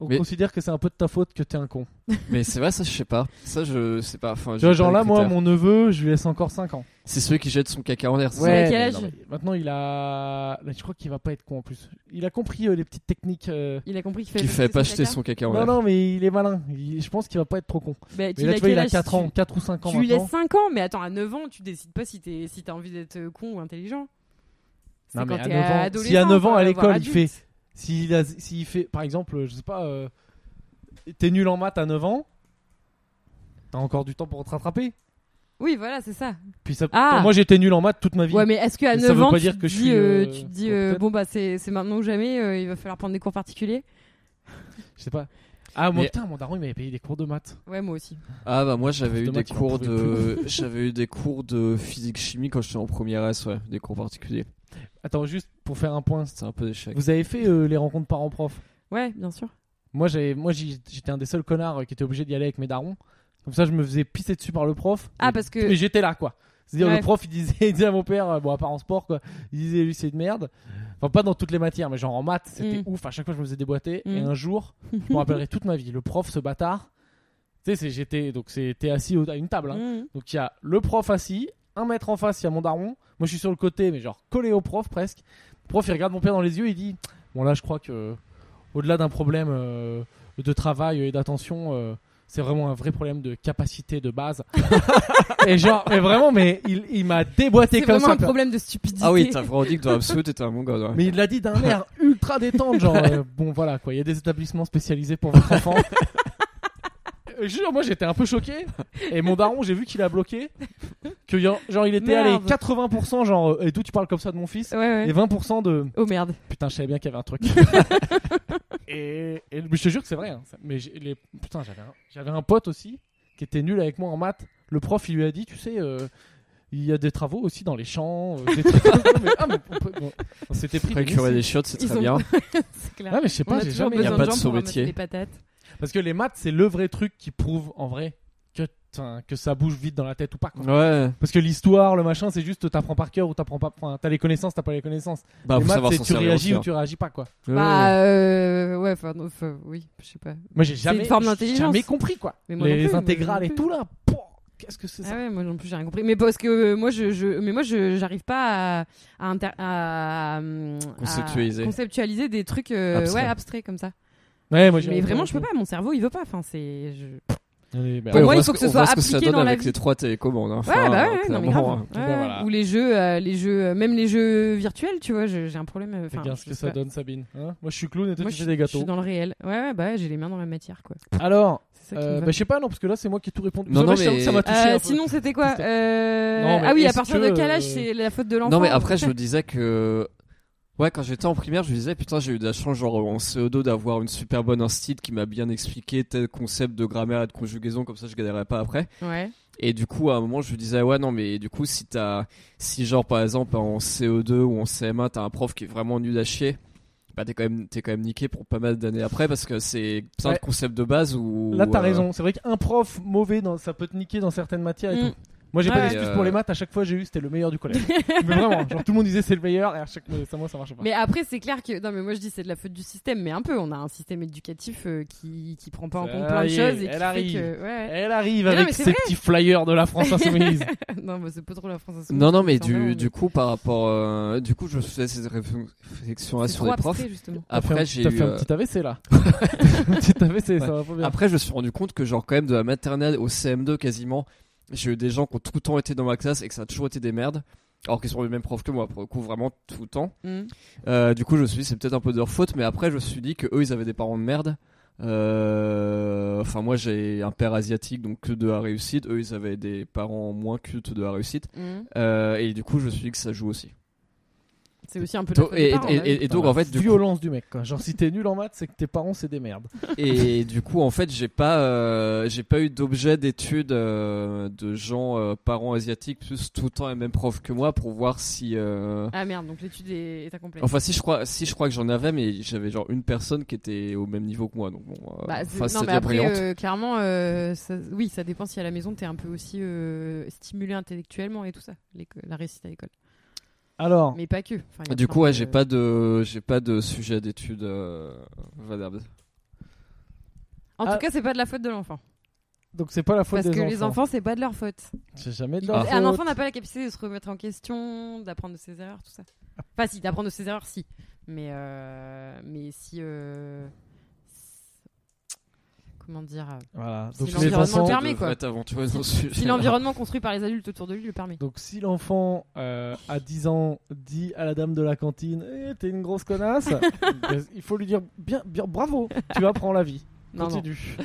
[SPEAKER 1] on
[SPEAKER 3] Mais-
[SPEAKER 1] considère que c'est un peu de ta faute que t'es un con
[SPEAKER 3] Mais c'est vrai, ça, je sais pas. Ça, je sais pas. Enfin,
[SPEAKER 1] Tu
[SPEAKER 3] j'ai
[SPEAKER 1] vois,
[SPEAKER 3] pas
[SPEAKER 1] genre
[SPEAKER 3] les
[SPEAKER 1] là, moi,
[SPEAKER 3] critères.
[SPEAKER 1] mon neveu, je lui laisse encore 5 ans.
[SPEAKER 3] C'est celui qui jette son caca en l'air. c'est
[SPEAKER 1] Ouais.
[SPEAKER 3] ça
[SPEAKER 1] Mais à
[SPEAKER 2] quel
[SPEAKER 3] Mais
[SPEAKER 2] âge
[SPEAKER 3] non, mais-
[SPEAKER 1] Maintenant, il a. là, je crois qu'il va pas être con en plus. Il a compris euh, les petites techniques. euh,
[SPEAKER 2] Il a compris qu'il
[SPEAKER 3] Qui
[SPEAKER 2] fallait
[SPEAKER 3] fait pas
[SPEAKER 2] jeter
[SPEAKER 3] jeter
[SPEAKER 2] caca.
[SPEAKER 3] son caca en
[SPEAKER 1] Non,
[SPEAKER 3] l'air.
[SPEAKER 1] non, mais il est malin. Il- Je pense qu'il va pas être trop con.
[SPEAKER 2] Bah, tu
[SPEAKER 1] Mais là,
[SPEAKER 2] l'as
[SPEAKER 1] tu vois,
[SPEAKER 2] quel
[SPEAKER 1] il a
[SPEAKER 2] âge
[SPEAKER 1] 4
[SPEAKER 2] Tu-
[SPEAKER 1] ans, 4 ou 5 ans.
[SPEAKER 2] Tu lui
[SPEAKER 1] maintenant.
[SPEAKER 2] laisses 5 ans, mais attends, à 9 ans, tu décides pas si t'es- si t'as envie d'être euh, con ou intelligent. C'est
[SPEAKER 1] Non, mais
[SPEAKER 2] quand
[SPEAKER 1] à
[SPEAKER 2] t'es
[SPEAKER 1] 9 ans-
[SPEAKER 2] adolescent,
[SPEAKER 1] si à 9 ans, à
[SPEAKER 2] euh,
[SPEAKER 1] l'école,
[SPEAKER 2] voire
[SPEAKER 1] il
[SPEAKER 2] adulte.
[SPEAKER 1] fait- S'il a- s'il fait. Par exemple, euh, je sais pas. euh, T'es nul en maths à 9 ans. T'as encore du temps pour te rattraper.
[SPEAKER 2] Oui, voilà, c'est ça.
[SPEAKER 1] Puis ça...
[SPEAKER 2] Ah.
[SPEAKER 1] Moi, j'étais nul en maths toute ma vie.
[SPEAKER 2] Ouais, mais est-ce qu'à
[SPEAKER 1] Mais ça
[SPEAKER 2] 9
[SPEAKER 1] veut
[SPEAKER 2] ans,
[SPEAKER 1] pas
[SPEAKER 2] tu,
[SPEAKER 1] dire
[SPEAKER 2] te
[SPEAKER 1] que je
[SPEAKER 2] dis,
[SPEAKER 1] suis,
[SPEAKER 2] euh,
[SPEAKER 1] euh,
[SPEAKER 2] tu te dis,
[SPEAKER 1] bon,
[SPEAKER 2] euh,
[SPEAKER 1] peut-être.
[SPEAKER 2] bon, bah, c'est c'est maintenant ou jamais, euh, il va falloir prendre des cours particuliers
[SPEAKER 1] Je sais pas. Ah, moi,
[SPEAKER 3] Mais-
[SPEAKER 1] putain, mon daron, il m'avait payé des cours de maths.
[SPEAKER 2] Ouais, moi aussi.
[SPEAKER 3] Ah bah moi
[SPEAKER 1] Prof
[SPEAKER 3] j'avais eu
[SPEAKER 1] de
[SPEAKER 3] des
[SPEAKER 1] maths, il en
[SPEAKER 3] cours
[SPEAKER 1] pouvait
[SPEAKER 3] de j'avais eu des cours de physique chimie quand j'étais en première S ouais, des cours particuliers.
[SPEAKER 1] Attends, juste pour faire un point.
[SPEAKER 3] C'était un peu d'échec.
[SPEAKER 1] Vous avez fait euh, les rencontres parents-prof
[SPEAKER 2] Ouais, bien sûr.
[SPEAKER 1] Moi, j'avais, moi, j'y- j'étais un des seuls connards euh, qui était obligé d'y aller avec mes darons. Comme ça, je me faisais pisser dessus par le prof.
[SPEAKER 2] Ah,
[SPEAKER 1] Et-
[SPEAKER 2] parce que-
[SPEAKER 1] Et j'étais là, quoi. C'est-à-dire,
[SPEAKER 2] Ouais.
[SPEAKER 1] le prof, il disait, il disait à mon père, euh, bon, à part en sport, quoi, il disait, lui, c'est de merde. Enfin, pas dans toutes les matières, mais genre en maths, c'était
[SPEAKER 2] Mm.
[SPEAKER 1] ouf. À chaque fois, je me faisais déboîter. Et
[SPEAKER 2] Mm.
[SPEAKER 1] un jour, je me rappellerai toute ma vie, le prof, ce bâtard. Tu sais, c'est- j'étais, donc, c'était assis au- à une table. hein.
[SPEAKER 2] Mhm.
[SPEAKER 1] Donc il y a le prof assis, un mètre en face, il y a mon daron. Moi je suis sur le côté, mais genre collé au prof presque. Le prof il regarde mon père dans les yeux, il dit Bon là je crois que au-delà d'un problème euh, de travail et d'attention, euh, c'est vraiment un vrai problème de capacité de base. et genre, mais vraiment, mais il, il m'a déboîté
[SPEAKER 2] C'est
[SPEAKER 1] comme
[SPEAKER 2] vraiment
[SPEAKER 1] ça.
[SPEAKER 2] un problème de stupidité.
[SPEAKER 3] Ah oui, t'as vraiment dit que dans l'absolu t'étais un bon gars. ouais.
[SPEAKER 1] Mais il l'a dit d'un air ultra détente, genre euh, bon voilà quoi, il y a des établissements spécialisés pour votre enfant. Euh, je jure, moi j'étais un peu choqué et mon daron, j'ai vu qu'il a bloqué que y a- genre il était allé
[SPEAKER 2] Merde.
[SPEAKER 1] 80% genre euh, et d'où tu parles comme ça de mon fils
[SPEAKER 2] Ouais, ouais.
[SPEAKER 1] et 20% de
[SPEAKER 2] Oh merde.
[SPEAKER 1] putain, je savais bien qu'il y avait un truc. et, et- mais je te jure que c'est vrai hein, ça- mais j'ai- les putain, j'avais un, j'avais un pote aussi qui était nul avec moi en maths. Le prof, il lui a dit, tu sais euh, il y a des travaux aussi dans les champs. euh, des trucs comme ça. Mais- ah, mais on peut- on- on s'était pris
[SPEAKER 3] Après
[SPEAKER 1] des
[SPEAKER 3] curer
[SPEAKER 1] messies.
[SPEAKER 3] des chiottes, c'est
[SPEAKER 2] Ils
[SPEAKER 3] très
[SPEAKER 2] ont-
[SPEAKER 3] bien.
[SPEAKER 2] c'est clair.
[SPEAKER 1] Ouais, mais je sais
[SPEAKER 2] On
[SPEAKER 1] pas,
[SPEAKER 2] a
[SPEAKER 1] j'ai
[SPEAKER 2] toujours
[SPEAKER 1] jamais. hein.
[SPEAKER 3] y a
[SPEAKER 2] besoin
[SPEAKER 3] pas
[SPEAKER 2] de
[SPEAKER 3] de
[SPEAKER 2] gens pour ramasser
[SPEAKER 3] sauvetier.
[SPEAKER 2] des patates.
[SPEAKER 1] Parce que les maths, c'est le vrai truc qui prouve en vrai que, t'as- que ça bouge vite dans la tête ou pas. quoi.
[SPEAKER 3] Ouais.
[SPEAKER 1] Parce que l'histoire, le machin, c'est juste t'apprends par cœur ou t'apprends pas. Enfin, t'as les connaissances, t'as pas les connaissances.
[SPEAKER 3] Bah
[SPEAKER 1] les
[SPEAKER 3] faut
[SPEAKER 1] maths,
[SPEAKER 3] savoir
[SPEAKER 1] c'est
[SPEAKER 3] s'en
[SPEAKER 1] tu
[SPEAKER 3] servir. aussi,
[SPEAKER 1] réagis ou
[SPEAKER 3] hein.
[SPEAKER 1] tu réagis pas quoi.
[SPEAKER 3] Ouais.
[SPEAKER 2] Bah, euh, ouais, enfin, non, enfin, oui, je sais pas.
[SPEAKER 1] Moi, j'ai
[SPEAKER 2] C'est une
[SPEAKER 1] jamais,
[SPEAKER 2] forme
[SPEAKER 1] j'ai
[SPEAKER 2] d'intelligence.
[SPEAKER 1] jamais compris quoi.
[SPEAKER 2] Mais moi
[SPEAKER 1] les
[SPEAKER 2] non plus, moi
[SPEAKER 1] intégrales
[SPEAKER 2] non
[SPEAKER 1] et
[SPEAKER 2] plus.
[SPEAKER 1] tout là, pouah, qu'est-ce que c'est
[SPEAKER 2] Ah
[SPEAKER 1] ça
[SPEAKER 2] ouais, moi non plus, j'ai rien compris. Mais parce que euh, moi, je, je- mais moi, je, j'arrive pas à, à, inter- à, euh, à
[SPEAKER 3] Conceptualiser.
[SPEAKER 2] conceptualiser des trucs, euh,
[SPEAKER 3] Abstrait.
[SPEAKER 2] ouais, abstraits comme ça.
[SPEAKER 1] Ouais, moi, j'ai-
[SPEAKER 2] mais vraiment, je peux pas. Mon cerveau, il veut pas. Enfin, c'est. je-
[SPEAKER 1] Ouais, bah,
[SPEAKER 2] Pour moi,
[SPEAKER 3] Ouais, on
[SPEAKER 2] il
[SPEAKER 3] voit
[SPEAKER 2] faut
[SPEAKER 3] ce
[SPEAKER 2] que ce
[SPEAKER 3] on
[SPEAKER 2] soit
[SPEAKER 3] voit ce que ça
[SPEAKER 2] appliqué
[SPEAKER 3] donne
[SPEAKER 2] dans la
[SPEAKER 3] avec
[SPEAKER 2] vie.
[SPEAKER 3] les trois télécommandes. hein.
[SPEAKER 2] Ouais,
[SPEAKER 3] Enfin,
[SPEAKER 2] bah ouais, ouais, non mais grave.
[SPEAKER 3] clairement, hein.
[SPEAKER 2] Ouais,
[SPEAKER 1] ben
[SPEAKER 2] ouais.
[SPEAKER 1] voilà.
[SPEAKER 2] Ou les jeux, euh, les jeux, euh, même les jeux virtuels, tu vois, je- j'ai un problème. euh, enfin,
[SPEAKER 1] Regarde ce
[SPEAKER 2] je
[SPEAKER 1] que
[SPEAKER 2] sais
[SPEAKER 1] ça
[SPEAKER 2] pas.
[SPEAKER 1] donne, Sabine. Hein moi, je suis clown et toi,
[SPEAKER 2] Moi,
[SPEAKER 1] tu
[SPEAKER 2] je,
[SPEAKER 1] fais des
[SPEAKER 2] je suis
[SPEAKER 1] gâteaux.
[SPEAKER 2] dans le réel. Ouais, ouais, bah ouais, j'ai les mains dans la matière, quoi.
[SPEAKER 1] Alors,
[SPEAKER 2] C'est ça qui me
[SPEAKER 1] euh,
[SPEAKER 2] va.
[SPEAKER 1] bah, je sais pas, non, parce que là, c'est moi qui ai tout répondu.
[SPEAKER 3] Non,
[SPEAKER 1] Ça,
[SPEAKER 3] non,
[SPEAKER 1] moi, je t'avoue que ça m'a
[SPEAKER 3] mais-
[SPEAKER 1] touché.
[SPEAKER 2] Euh,
[SPEAKER 1] un peu.
[SPEAKER 2] sinon, c'était quoi
[SPEAKER 1] C'était-
[SPEAKER 2] Euh,
[SPEAKER 1] Non, mais
[SPEAKER 2] Ah oui, à
[SPEAKER 1] est-ce
[SPEAKER 2] partir
[SPEAKER 1] que,
[SPEAKER 2] de quel âge
[SPEAKER 1] euh,
[SPEAKER 2] c'est la faute de l'enfant
[SPEAKER 3] Non mais après je me disais que ouais quand j'étais en primaire je me disais putain j'ai eu de la chance genre en CE2 d'avoir une super bonne instite qui m'a bien expliqué tel concept de grammaire et de conjugaison comme ça je galérais pas après
[SPEAKER 2] Ouais.
[SPEAKER 3] et du coup à un moment je me disais ouais non mais du coup si E t'as si genre par exemple en CE2 ou en CM1 t'as un prof qui est vraiment nul à chier bah, t'es quand même t'es quand même niqué pour pas mal d'années après parce que c'est c'est un
[SPEAKER 1] Ouais.
[SPEAKER 3] concept de base où
[SPEAKER 1] Là, t'as
[SPEAKER 3] euh,
[SPEAKER 1] raison. C'est vrai qu'un prof mauvais, dans... ça peut te niquer dans certaines matières. Et
[SPEAKER 2] Mm.
[SPEAKER 1] tout. Moi, j'ai
[SPEAKER 2] Ouais.
[SPEAKER 1] pas d'excuse
[SPEAKER 3] Et, euh,
[SPEAKER 1] pour les maths. À chaque fois, j'ai eu, c'était le meilleur du collège. mais vraiment, genre, tout le monde disait c'est le meilleur, et à chaque fois, ça, moi, ça marche pas.
[SPEAKER 2] Mais après, c'est clair que. Non, mais moi je dis c'est de la faute du système, mais un peu. On a un système éducatif euh, qui, qui prend pas en
[SPEAKER 1] Ça
[SPEAKER 2] compte plein de
[SPEAKER 1] y est,
[SPEAKER 2] choses et
[SPEAKER 1] elle
[SPEAKER 2] qui
[SPEAKER 1] arrive.
[SPEAKER 2] fait que. Ouais.
[SPEAKER 1] Elle arrive
[SPEAKER 2] euh, Mais non,
[SPEAKER 1] avec
[SPEAKER 2] mais c'est
[SPEAKER 1] ses
[SPEAKER 2] vrai.
[SPEAKER 1] petits flyers de la France insoumise.
[SPEAKER 2] non, mais c'est pas trop la France insoumise.
[SPEAKER 3] non non mais
[SPEAKER 2] c'est normal,
[SPEAKER 3] du, du coup par rapport euh, du coup je faisais cette réflexion là
[SPEAKER 2] c'est
[SPEAKER 3] sur
[SPEAKER 2] trop
[SPEAKER 3] les profs
[SPEAKER 2] abstrait, justement.
[SPEAKER 1] T'as
[SPEAKER 3] après
[SPEAKER 1] fait
[SPEAKER 3] j'ai
[SPEAKER 1] un-
[SPEAKER 3] eu
[SPEAKER 1] T'as fait
[SPEAKER 3] euh,
[SPEAKER 1] un petit AVC là. Un petit AVC, ça va pas bien.
[SPEAKER 3] Après, je me suis rendu compte que, genre, quand même, de la maternelle au CM2 quasiment, j'ai eu des gens qui ont tout le temps été dans ma classe et que ça a toujours été des merdes. Alors qu'ils sont les mêmes profs que moi, pour le coup, vraiment tout le temps.
[SPEAKER 2] Mm.
[SPEAKER 3] Euh, du coup, je me suis dit, c'est peut-être un peu de leur faute, mais après, je me suis dit que eux, ils avaient des parents de merde. Euh, Enfin, moi, j'ai un père asiatique, donc que de la réussite. Eux, ils avaient des parents moins cultes de la réussite.
[SPEAKER 2] Mm.
[SPEAKER 3] Euh, et du coup, je me suis dit que ça joue aussi.
[SPEAKER 2] C'est aussi un peu la faute
[SPEAKER 3] et,
[SPEAKER 2] des parents, hein.
[SPEAKER 3] et-
[SPEAKER 2] ouais.
[SPEAKER 3] et- et donc,
[SPEAKER 1] Dans la
[SPEAKER 3] en fait, du coup,
[SPEAKER 1] Ah bah, violence du mec. Quoi. Genre, si t'es nul en maths, c'est que tes parents, c'est des merdes.
[SPEAKER 3] Et du coup, en fait, j'ai pas, euh, j'ai pas eu d'objet d'étude euh, de gens euh, parents asiatiques plus tout le temps les mêmes profs que moi pour voir si. euh,
[SPEAKER 2] Ah merde, donc l'étude est, est incomplète.
[SPEAKER 3] Enfin, si je crois, si je crois que j'en avais, mais j'avais genre une personne qui était au même niveau que moi, donc bon. euh,
[SPEAKER 2] Bah, c'est-
[SPEAKER 3] enfin,
[SPEAKER 2] non,
[SPEAKER 3] c'était
[SPEAKER 2] mais
[SPEAKER 3] bien
[SPEAKER 2] après,
[SPEAKER 3] brillante.
[SPEAKER 2] euh, clairement, euh, ça- oui, ça dépend si à la maison t'es un peu aussi euh, stimulé intellectuellement et tout ça, l'éco- la réussite à l'école.
[SPEAKER 1] Alors,
[SPEAKER 2] Mais pas que. Enfin, il y a
[SPEAKER 3] Du
[SPEAKER 2] plein
[SPEAKER 3] coup, ouais,
[SPEAKER 2] de-
[SPEAKER 3] j'ai pas de, j'ai pas de sujet d'étude euh, valable.
[SPEAKER 2] En
[SPEAKER 1] Ah.
[SPEAKER 2] tout cas, c'est pas de la faute de l'enfant.
[SPEAKER 1] donc c'est pas la faute
[SPEAKER 2] Parce
[SPEAKER 1] des
[SPEAKER 2] que
[SPEAKER 1] enfants.
[SPEAKER 2] les enfants, c'est pas de leur faute.
[SPEAKER 1] C'est jamais de
[SPEAKER 2] Il-
[SPEAKER 1] leur
[SPEAKER 2] Un
[SPEAKER 1] faute.
[SPEAKER 2] enfant n'a pas la capacité de se remettre en question, d'apprendre de ses erreurs, tout ça. Enfin, si, d'apprendre de ses erreurs, si. Mais, euh, mais si. euh, si- Comment dire euh,
[SPEAKER 1] Voilà.
[SPEAKER 2] Si
[SPEAKER 1] Donc les
[SPEAKER 2] l'environnement le
[SPEAKER 1] enfants.
[SPEAKER 2] permet, quoi.
[SPEAKER 3] devrait t'aventurer dans ce sujet.
[SPEAKER 2] Si l'environnement construit par les adultes autour de lui le permet.
[SPEAKER 1] Donc si l'enfant euh, à 10 ans dit à la dame de la cantine Eh, t'es une grosse connasse, ben, il faut lui dire bien, bien bravo, tu apprends la vie.
[SPEAKER 2] Non, non.
[SPEAKER 1] Continue. Et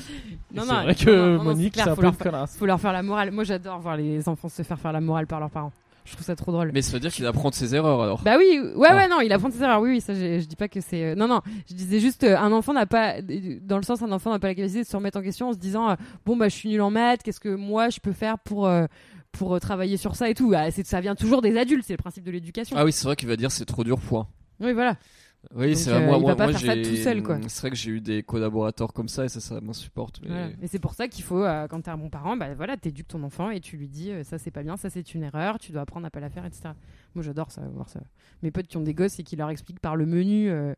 [SPEAKER 2] Non,
[SPEAKER 1] C'est
[SPEAKER 2] non,
[SPEAKER 1] vrai que
[SPEAKER 2] non, non, non, c'est
[SPEAKER 1] Monique
[SPEAKER 2] clair,
[SPEAKER 1] c'est un
[SPEAKER 2] faut
[SPEAKER 1] peu
[SPEAKER 2] leur
[SPEAKER 1] une
[SPEAKER 2] faire-
[SPEAKER 1] connasse.
[SPEAKER 2] Faut leur faire la morale. Moi, j'adore voir les enfants se faire faire la morale par leurs parents. Je trouve ça trop drôle.
[SPEAKER 3] Mais ça veut dire qu'il apprend de ses erreurs alors.
[SPEAKER 2] Bah oui, ouais,
[SPEAKER 3] Ah.
[SPEAKER 2] ouais, non, il apprend de ses erreurs. Oui, oui, ça, je, je dis pas que c'est. euh, non, non, je disais juste, euh, un enfant n'a pas, dans le sens, un enfant n'a pas la capacité de se remettre en question en se disant, euh, bon, bah, je suis nul en maths, qu'est-ce que moi je peux faire pour, euh, pour euh, travailler sur ça et tout. Ah, c'est- ça vient toujours des adultes, c'est le principe de l'éducation.
[SPEAKER 3] Ah oui, c'est vrai qu'il va dire c'est trop dur, point.
[SPEAKER 2] Oui, voilà.
[SPEAKER 3] Oui,
[SPEAKER 2] Donc,
[SPEAKER 3] c'est
[SPEAKER 2] euh,
[SPEAKER 3] vrai. Moi,
[SPEAKER 2] il va
[SPEAKER 3] moi,
[SPEAKER 2] pas
[SPEAKER 3] moi,
[SPEAKER 2] faire ça
[SPEAKER 3] j'ai-
[SPEAKER 2] tout seul, quoi.
[SPEAKER 3] C'est vrai que j'ai eu des collaborateurs comme ça et ça, ça m'insupporte. mais-
[SPEAKER 2] Voilà. Et c'est pour ça qu'il faut, euh, quand t'es un bon parent, bah voilà, t'éduques ton enfant et tu lui dis euh, ça c'est pas bien, ça c'est une erreur, tu dois apprendre à pas la faire, etc. Moi j'adore ça, voir ça. Mes potes qui ont des gosses et qui leur expliquent par le menu euh,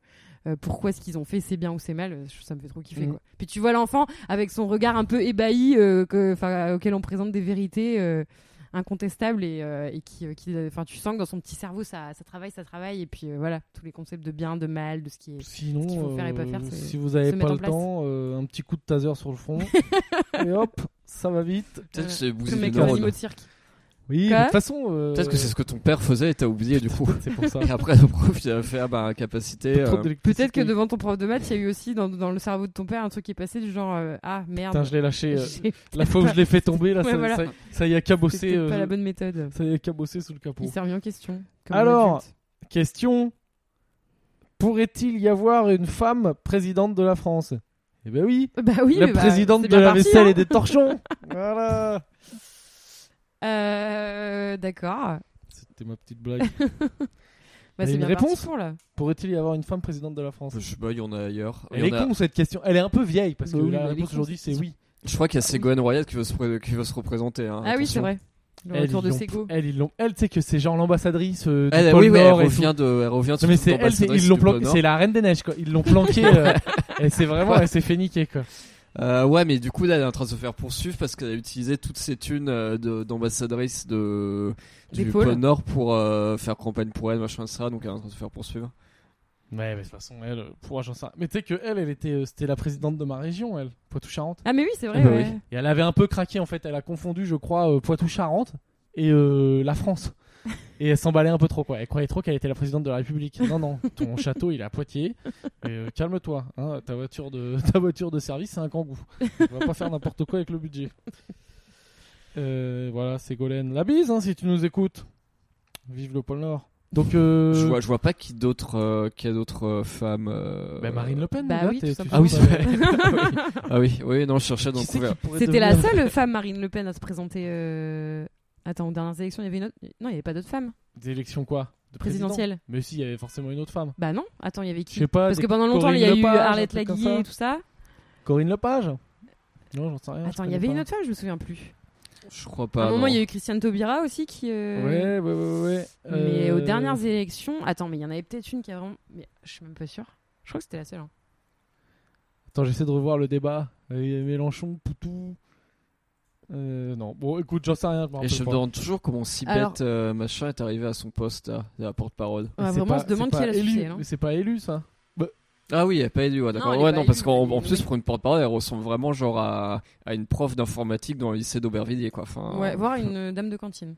[SPEAKER 2] euh, pourquoi ce qu'ils ont fait c'est bien ou c'est mal, euh, je- ça me fait trop kiffer.
[SPEAKER 1] Mm.
[SPEAKER 2] Quoi. Puis tu vois l'enfant avec son regard un peu ébahi euh, que- 'fin, auquel on présente des vérités. euh, incontestables et, euh, et qui, euh, qui- enfin, tu sens que dans son petit cerveau ça, ça travaille, ça travaille et puis euh, voilà tous les concepts de bien, de mal, de ce qui est
[SPEAKER 1] Sinon,
[SPEAKER 2] ce qu'il faut faire et pas
[SPEAKER 1] euh,
[SPEAKER 2] faire, c'est
[SPEAKER 1] si vous avez
[SPEAKER 2] se
[SPEAKER 1] pas
[SPEAKER 2] mettre en
[SPEAKER 1] le
[SPEAKER 2] place.
[SPEAKER 1] temps, euh, un petit coup de taser sur le front et hop, ça va vite.
[SPEAKER 3] Peut-être que
[SPEAKER 2] Ouais.
[SPEAKER 3] c'est
[SPEAKER 2] comme
[SPEAKER 3] bousillé
[SPEAKER 2] avec
[SPEAKER 1] les
[SPEAKER 3] les
[SPEAKER 2] un
[SPEAKER 3] neurones.
[SPEAKER 1] neurones.
[SPEAKER 2] animaux de cirque.
[SPEAKER 1] Oui,
[SPEAKER 2] Quoi
[SPEAKER 1] mais de toute façon. euh,
[SPEAKER 3] Peut-être que c'est ce que ton père faisait et t'as oublié du coup.
[SPEAKER 1] c'est pour ça.
[SPEAKER 3] Et après, le prof, il a fait ah, bah, incapacité.
[SPEAKER 1] Trop
[SPEAKER 3] euh,
[SPEAKER 1] d'électricité.
[SPEAKER 2] Peut-être que devant ton prof de maths, il y a eu aussi dans, dans le cerveau de ton père un truc qui est passé du genre euh, ah merde.
[SPEAKER 1] Putain, je l'ai lâché. euh,
[SPEAKER 2] j'ai-
[SPEAKER 1] La fois où je l'ai fait tomber, là,
[SPEAKER 2] Ouais,
[SPEAKER 1] ça,
[SPEAKER 2] voilà.
[SPEAKER 1] ça- ça y a
[SPEAKER 2] c'est
[SPEAKER 1] cabossé.
[SPEAKER 2] peut-être pas
[SPEAKER 1] euh,
[SPEAKER 2] la bonne méthode.
[SPEAKER 1] Ça y a cabossé sous le capot.
[SPEAKER 2] Il s'est remis en question. comme
[SPEAKER 1] Alors,
[SPEAKER 2] adulte.
[SPEAKER 1] Question Pourrait-il y avoir une femme présidente de la France Eh ben oui
[SPEAKER 2] bah oui,
[SPEAKER 1] La
[SPEAKER 2] mais bah,
[SPEAKER 1] présidente
[SPEAKER 2] c'est
[SPEAKER 1] de
[SPEAKER 2] bien
[SPEAKER 1] la
[SPEAKER 2] parti,
[SPEAKER 1] vaisselle
[SPEAKER 2] hein.
[SPEAKER 1] et des torchons Voilà
[SPEAKER 2] hein. Euh, D'accord.
[SPEAKER 1] C'était ma petite blague.
[SPEAKER 2] Bah,
[SPEAKER 1] Il y a
[SPEAKER 2] c'est
[SPEAKER 1] une
[SPEAKER 2] bien
[SPEAKER 1] réponse
[SPEAKER 2] parti pour là.
[SPEAKER 1] Pourrait-il y avoir une femme présidente de la France
[SPEAKER 3] Je sais pas, il y en a ailleurs. Il
[SPEAKER 1] Elle
[SPEAKER 3] y
[SPEAKER 1] est
[SPEAKER 3] en a-
[SPEAKER 1] con cette question. Elle est un peu vieille parce que
[SPEAKER 2] Bah oui, mais
[SPEAKER 1] la
[SPEAKER 2] elle est
[SPEAKER 1] réponse
[SPEAKER 2] con,
[SPEAKER 1] aujourd'hui
[SPEAKER 2] cette
[SPEAKER 1] c'est oui.
[SPEAKER 3] Je crois qu'il y a Ségolène Royal qui veut se, pré- qui veut se représenter. hein,
[SPEAKER 2] Ah oui, c'est
[SPEAKER 3] attention.
[SPEAKER 2] vrai. Le
[SPEAKER 1] Elle,
[SPEAKER 2] retour
[SPEAKER 1] ils
[SPEAKER 2] de
[SPEAKER 1] l'ont-
[SPEAKER 2] Sego.
[SPEAKER 1] Elle, ils l'ont. Elle, tu sais que c'est genre l'ambassadrice euh, du
[SPEAKER 3] Elle,
[SPEAKER 1] pôle
[SPEAKER 3] oui, oui, elle
[SPEAKER 1] Nord et
[SPEAKER 3] revient de. Elle revient
[SPEAKER 1] tout. Non, mais c'est elle, c'est- ils l'ont planqué. C'est la reine des neiges quoi. Ils l'ont planquée. euh, et c'est vraiment, elle s'est fait niquer quoi.
[SPEAKER 3] Euh, ouais, mais du coup, là, elle est en train de se faire poursuivre parce qu'elle a utilisé toutes ses thunes euh, de- d'ambassadrice de,
[SPEAKER 2] Des
[SPEAKER 3] du
[SPEAKER 2] pôles.
[SPEAKER 3] pôle Nord pour euh, faire campagne pour elle, machin, etc. Donc elle est en train de se faire poursuivre.
[SPEAKER 1] Ouais, mais de toute façon, elle, euh, pour j'en sais rien. Mais tu sais que elle, elle était, euh, c'était la présidente de ma région, elle, Poitou-Charentes.
[SPEAKER 2] Ah mais oui, c'est vrai.
[SPEAKER 3] Ah bah
[SPEAKER 2] ouais.
[SPEAKER 3] oui.
[SPEAKER 1] Et elle avait un peu craqué en fait, elle a confondu, je crois, euh, Poitou-Charentes et euh, la France. Et elle s'emballait un peu trop, quoi. Elle croyait trop qu'elle était la présidente de la République. Non, non, ton château il est à Poitiers. Et, euh, calme-toi, hein, ta, voiture de, ta voiture de service c'est un kangou. On va pas faire n'importe quoi avec le budget. Euh, voilà, Ségolène. La bise, hein, si tu nous écoutes. Vive le pôle Nord. Donc, euh,
[SPEAKER 3] Je vois, je vois pas qui d'autre, euh, qui a d'autres euh, femmes. euh,
[SPEAKER 1] bah, Marine Le Pen,
[SPEAKER 2] Bah
[SPEAKER 1] déjà,
[SPEAKER 2] oui,
[SPEAKER 1] t'es-
[SPEAKER 2] tout
[SPEAKER 1] tu
[SPEAKER 2] simplement.
[SPEAKER 3] Ah oui, c'est
[SPEAKER 1] sens, euh,
[SPEAKER 3] vrai. oui. Ah oui, oui, non, je cherchais
[SPEAKER 1] qui
[SPEAKER 3] dans le
[SPEAKER 1] c'est qui
[SPEAKER 3] couvert.
[SPEAKER 1] pourrait
[SPEAKER 2] C'était la
[SPEAKER 1] devenir-
[SPEAKER 2] seule femme Marine Le Pen à se présenter. euh, Attends, aux dernières élections, il y avait une autre. Non, il n'y avait pas d'autres femmes.
[SPEAKER 1] Des élections quoi de président.
[SPEAKER 2] présidentielle.
[SPEAKER 1] Mais si, il y avait forcément une autre femme.
[SPEAKER 2] Bah non, attends, il y avait
[SPEAKER 1] Je
[SPEAKER 2] qui
[SPEAKER 1] sais pas.
[SPEAKER 2] Parce
[SPEAKER 1] des-
[SPEAKER 2] que pendant longtemps, il y a
[SPEAKER 1] Corinne
[SPEAKER 2] eu
[SPEAKER 1] Lepage, un
[SPEAKER 2] Arlette
[SPEAKER 1] truc comme
[SPEAKER 2] Laguier
[SPEAKER 1] ça.
[SPEAKER 2] et tout ça.
[SPEAKER 1] Corinne Lepage Non, j'en sais rien. je
[SPEAKER 2] Attends, il y
[SPEAKER 1] connais
[SPEAKER 2] avait
[SPEAKER 1] pas.
[SPEAKER 2] une autre femme, je me souviens plus.
[SPEAKER 3] Je crois
[SPEAKER 2] À
[SPEAKER 3] pas.
[SPEAKER 2] un moment,
[SPEAKER 3] non.
[SPEAKER 2] il y a eu Christiane Taubira aussi qui. euh,
[SPEAKER 1] Ouais, ouais, ouais, ouais.
[SPEAKER 2] Mais
[SPEAKER 1] Euh,
[SPEAKER 2] aux dernières élections, attends, mais il y en avait peut-être une qui a vraiment. mais je suis même pas sûre. Je crois que c'était la seule. hein.
[SPEAKER 1] Attends, j'essaie de revoir le débat. Euh, Mélenchon, Poutou. Euh, non, bon, écoute, j'en sais rien. Je me
[SPEAKER 3] Et
[SPEAKER 1] rappelle
[SPEAKER 3] je me
[SPEAKER 1] pas.
[SPEAKER 3] demande toujours comment si
[SPEAKER 2] Alors-
[SPEAKER 3] bête euh, machin est arrivé à son poste, là, à la porte-parole.
[SPEAKER 2] Ouais,
[SPEAKER 1] C'est
[SPEAKER 2] vraiment,
[SPEAKER 1] pas-
[SPEAKER 2] on se demande
[SPEAKER 1] c'est
[SPEAKER 2] qui est la
[SPEAKER 1] pas élu.
[SPEAKER 2] sucée. hein.
[SPEAKER 1] Mais c'est pas élu, ça.
[SPEAKER 3] Ah oui, elle est pas élue, ouais,
[SPEAKER 2] Non,
[SPEAKER 3] d'accord.
[SPEAKER 2] elle est
[SPEAKER 3] ouais,
[SPEAKER 2] pas
[SPEAKER 3] non,
[SPEAKER 2] élue,
[SPEAKER 3] parce qu'en
[SPEAKER 2] elle est
[SPEAKER 3] en plus,
[SPEAKER 2] nommée.
[SPEAKER 3] pour une porte-parole, elle ressemble vraiment genre à, à une prof d'informatique dans le lycée d'Aubervilliers, quoi. Enfin,
[SPEAKER 2] Ouais, voir une euh, dame de cantine.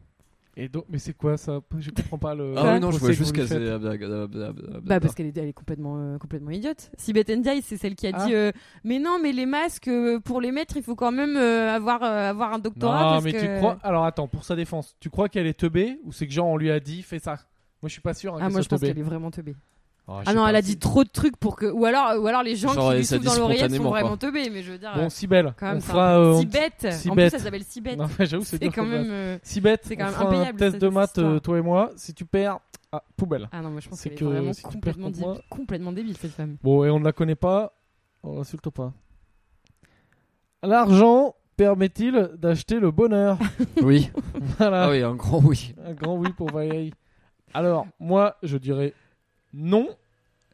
[SPEAKER 1] Et donc, mais c'est quoi ça Je comprends pas le.
[SPEAKER 3] Ah oui,
[SPEAKER 1] le
[SPEAKER 3] non, je
[SPEAKER 1] procès
[SPEAKER 3] vois
[SPEAKER 1] que vous
[SPEAKER 3] juste
[SPEAKER 1] lui
[SPEAKER 3] qu'elle
[SPEAKER 1] faites.
[SPEAKER 3] s'est- blablabla.
[SPEAKER 2] Bah, parce qu'elle est, elle est complètement, euh, complètement idiote. Sibeth Ndiaye, c'est celle qui a
[SPEAKER 1] Ah.
[SPEAKER 2] dit euh, Mais non, mais les masques, euh, pour les mettre, il faut quand même euh, avoir, euh, avoir un
[SPEAKER 1] Non,
[SPEAKER 2] doctorat. parce
[SPEAKER 1] mais
[SPEAKER 2] que- Ah,
[SPEAKER 1] tu crois. Alors attends, pour sa défense, tu crois qu'elle est teubée ou c'est que genre on lui a dit fais ça Moi je suis pas sûr. hein,
[SPEAKER 2] Ah,
[SPEAKER 1] qu'elle
[SPEAKER 2] moi, je
[SPEAKER 1] soit
[SPEAKER 2] pense
[SPEAKER 1] teubée.
[SPEAKER 2] qu'elle est vraiment teubée.
[SPEAKER 1] Ah, je
[SPEAKER 2] Ah
[SPEAKER 1] sais
[SPEAKER 2] non,
[SPEAKER 1] pas
[SPEAKER 2] elle a
[SPEAKER 1] si-
[SPEAKER 2] dit trop de trucs pour que. Ou alors, ou alors les gens
[SPEAKER 3] Genre,
[SPEAKER 2] qui
[SPEAKER 3] elle
[SPEAKER 2] lui
[SPEAKER 3] s'est
[SPEAKER 2] soufflent
[SPEAKER 3] dit
[SPEAKER 2] dans l'oreillette sont
[SPEAKER 3] spontanément,
[SPEAKER 2] vraiment teubés, mais je veux dire, euh,
[SPEAKER 1] Bon, si belle.
[SPEAKER 2] quand même,
[SPEAKER 1] on
[SPEAKER 2] c'est
[SPEAKER 1] fera.
[SPEAKER 2] un
[SPEAKER 1] euh,
[SPEAKER 2] peu-
[SPEAKER 1] on-
[SPEAKER 2] Sibeth. En plus,
[SPEAKER 1] Sibeth.
[SPEAKER 2] elle s'appelle Sibeth.
[SPEAKER 1] Non, mais j'avoue, c'est
[SPEAKER 2] C'est
[SPEAKER 1] dur,
[SPEAKER 2] quand
[SPEAKER 1] faut
[SPEAKER 2] même. euh,
[SPEAKER 1] Si bête,
[SPEAKER 2] c'est
[SPEAKER 1] on
[SPEAKER 2] quand même
[SPEAKER 1] fera un
[SPEAKER 2] impayable,
[SPEAKER 1] test
[SPEAKER 2] cette
[SPEAKER 1] de maths, euh,
[SPEAKER 2] histoire.
[SPEAKER 1] toi et moi. Si tu perds, ah, poubelle.
[SPEAKER 2] Ah non, moi je pense
[SPEAKER 1] C'est
[SPEAKER 2] qu'elle est
[SPEAKER 1] que
[SPEAKER 2] vraiment
[SPEAKER 1] si tu perds
[SPEAKER 2] complètement,
[SPEAKER 1] contre moi-
[SPEAKER 2] débile, complètement débile cette femme.
[SPEAKER 1] Bon, et on ne la connaît pas, on l'insulte pas. L'argent permet-il d'acheter le bonheur
[SPEAKER 3] Oui,
[SPEAKER 1] Voilà,
[SPEAKER 3] ah oui, un grand oui.
[SPEAKER 1] un grand oui pour Valérie. Alors, moi, je dirais non,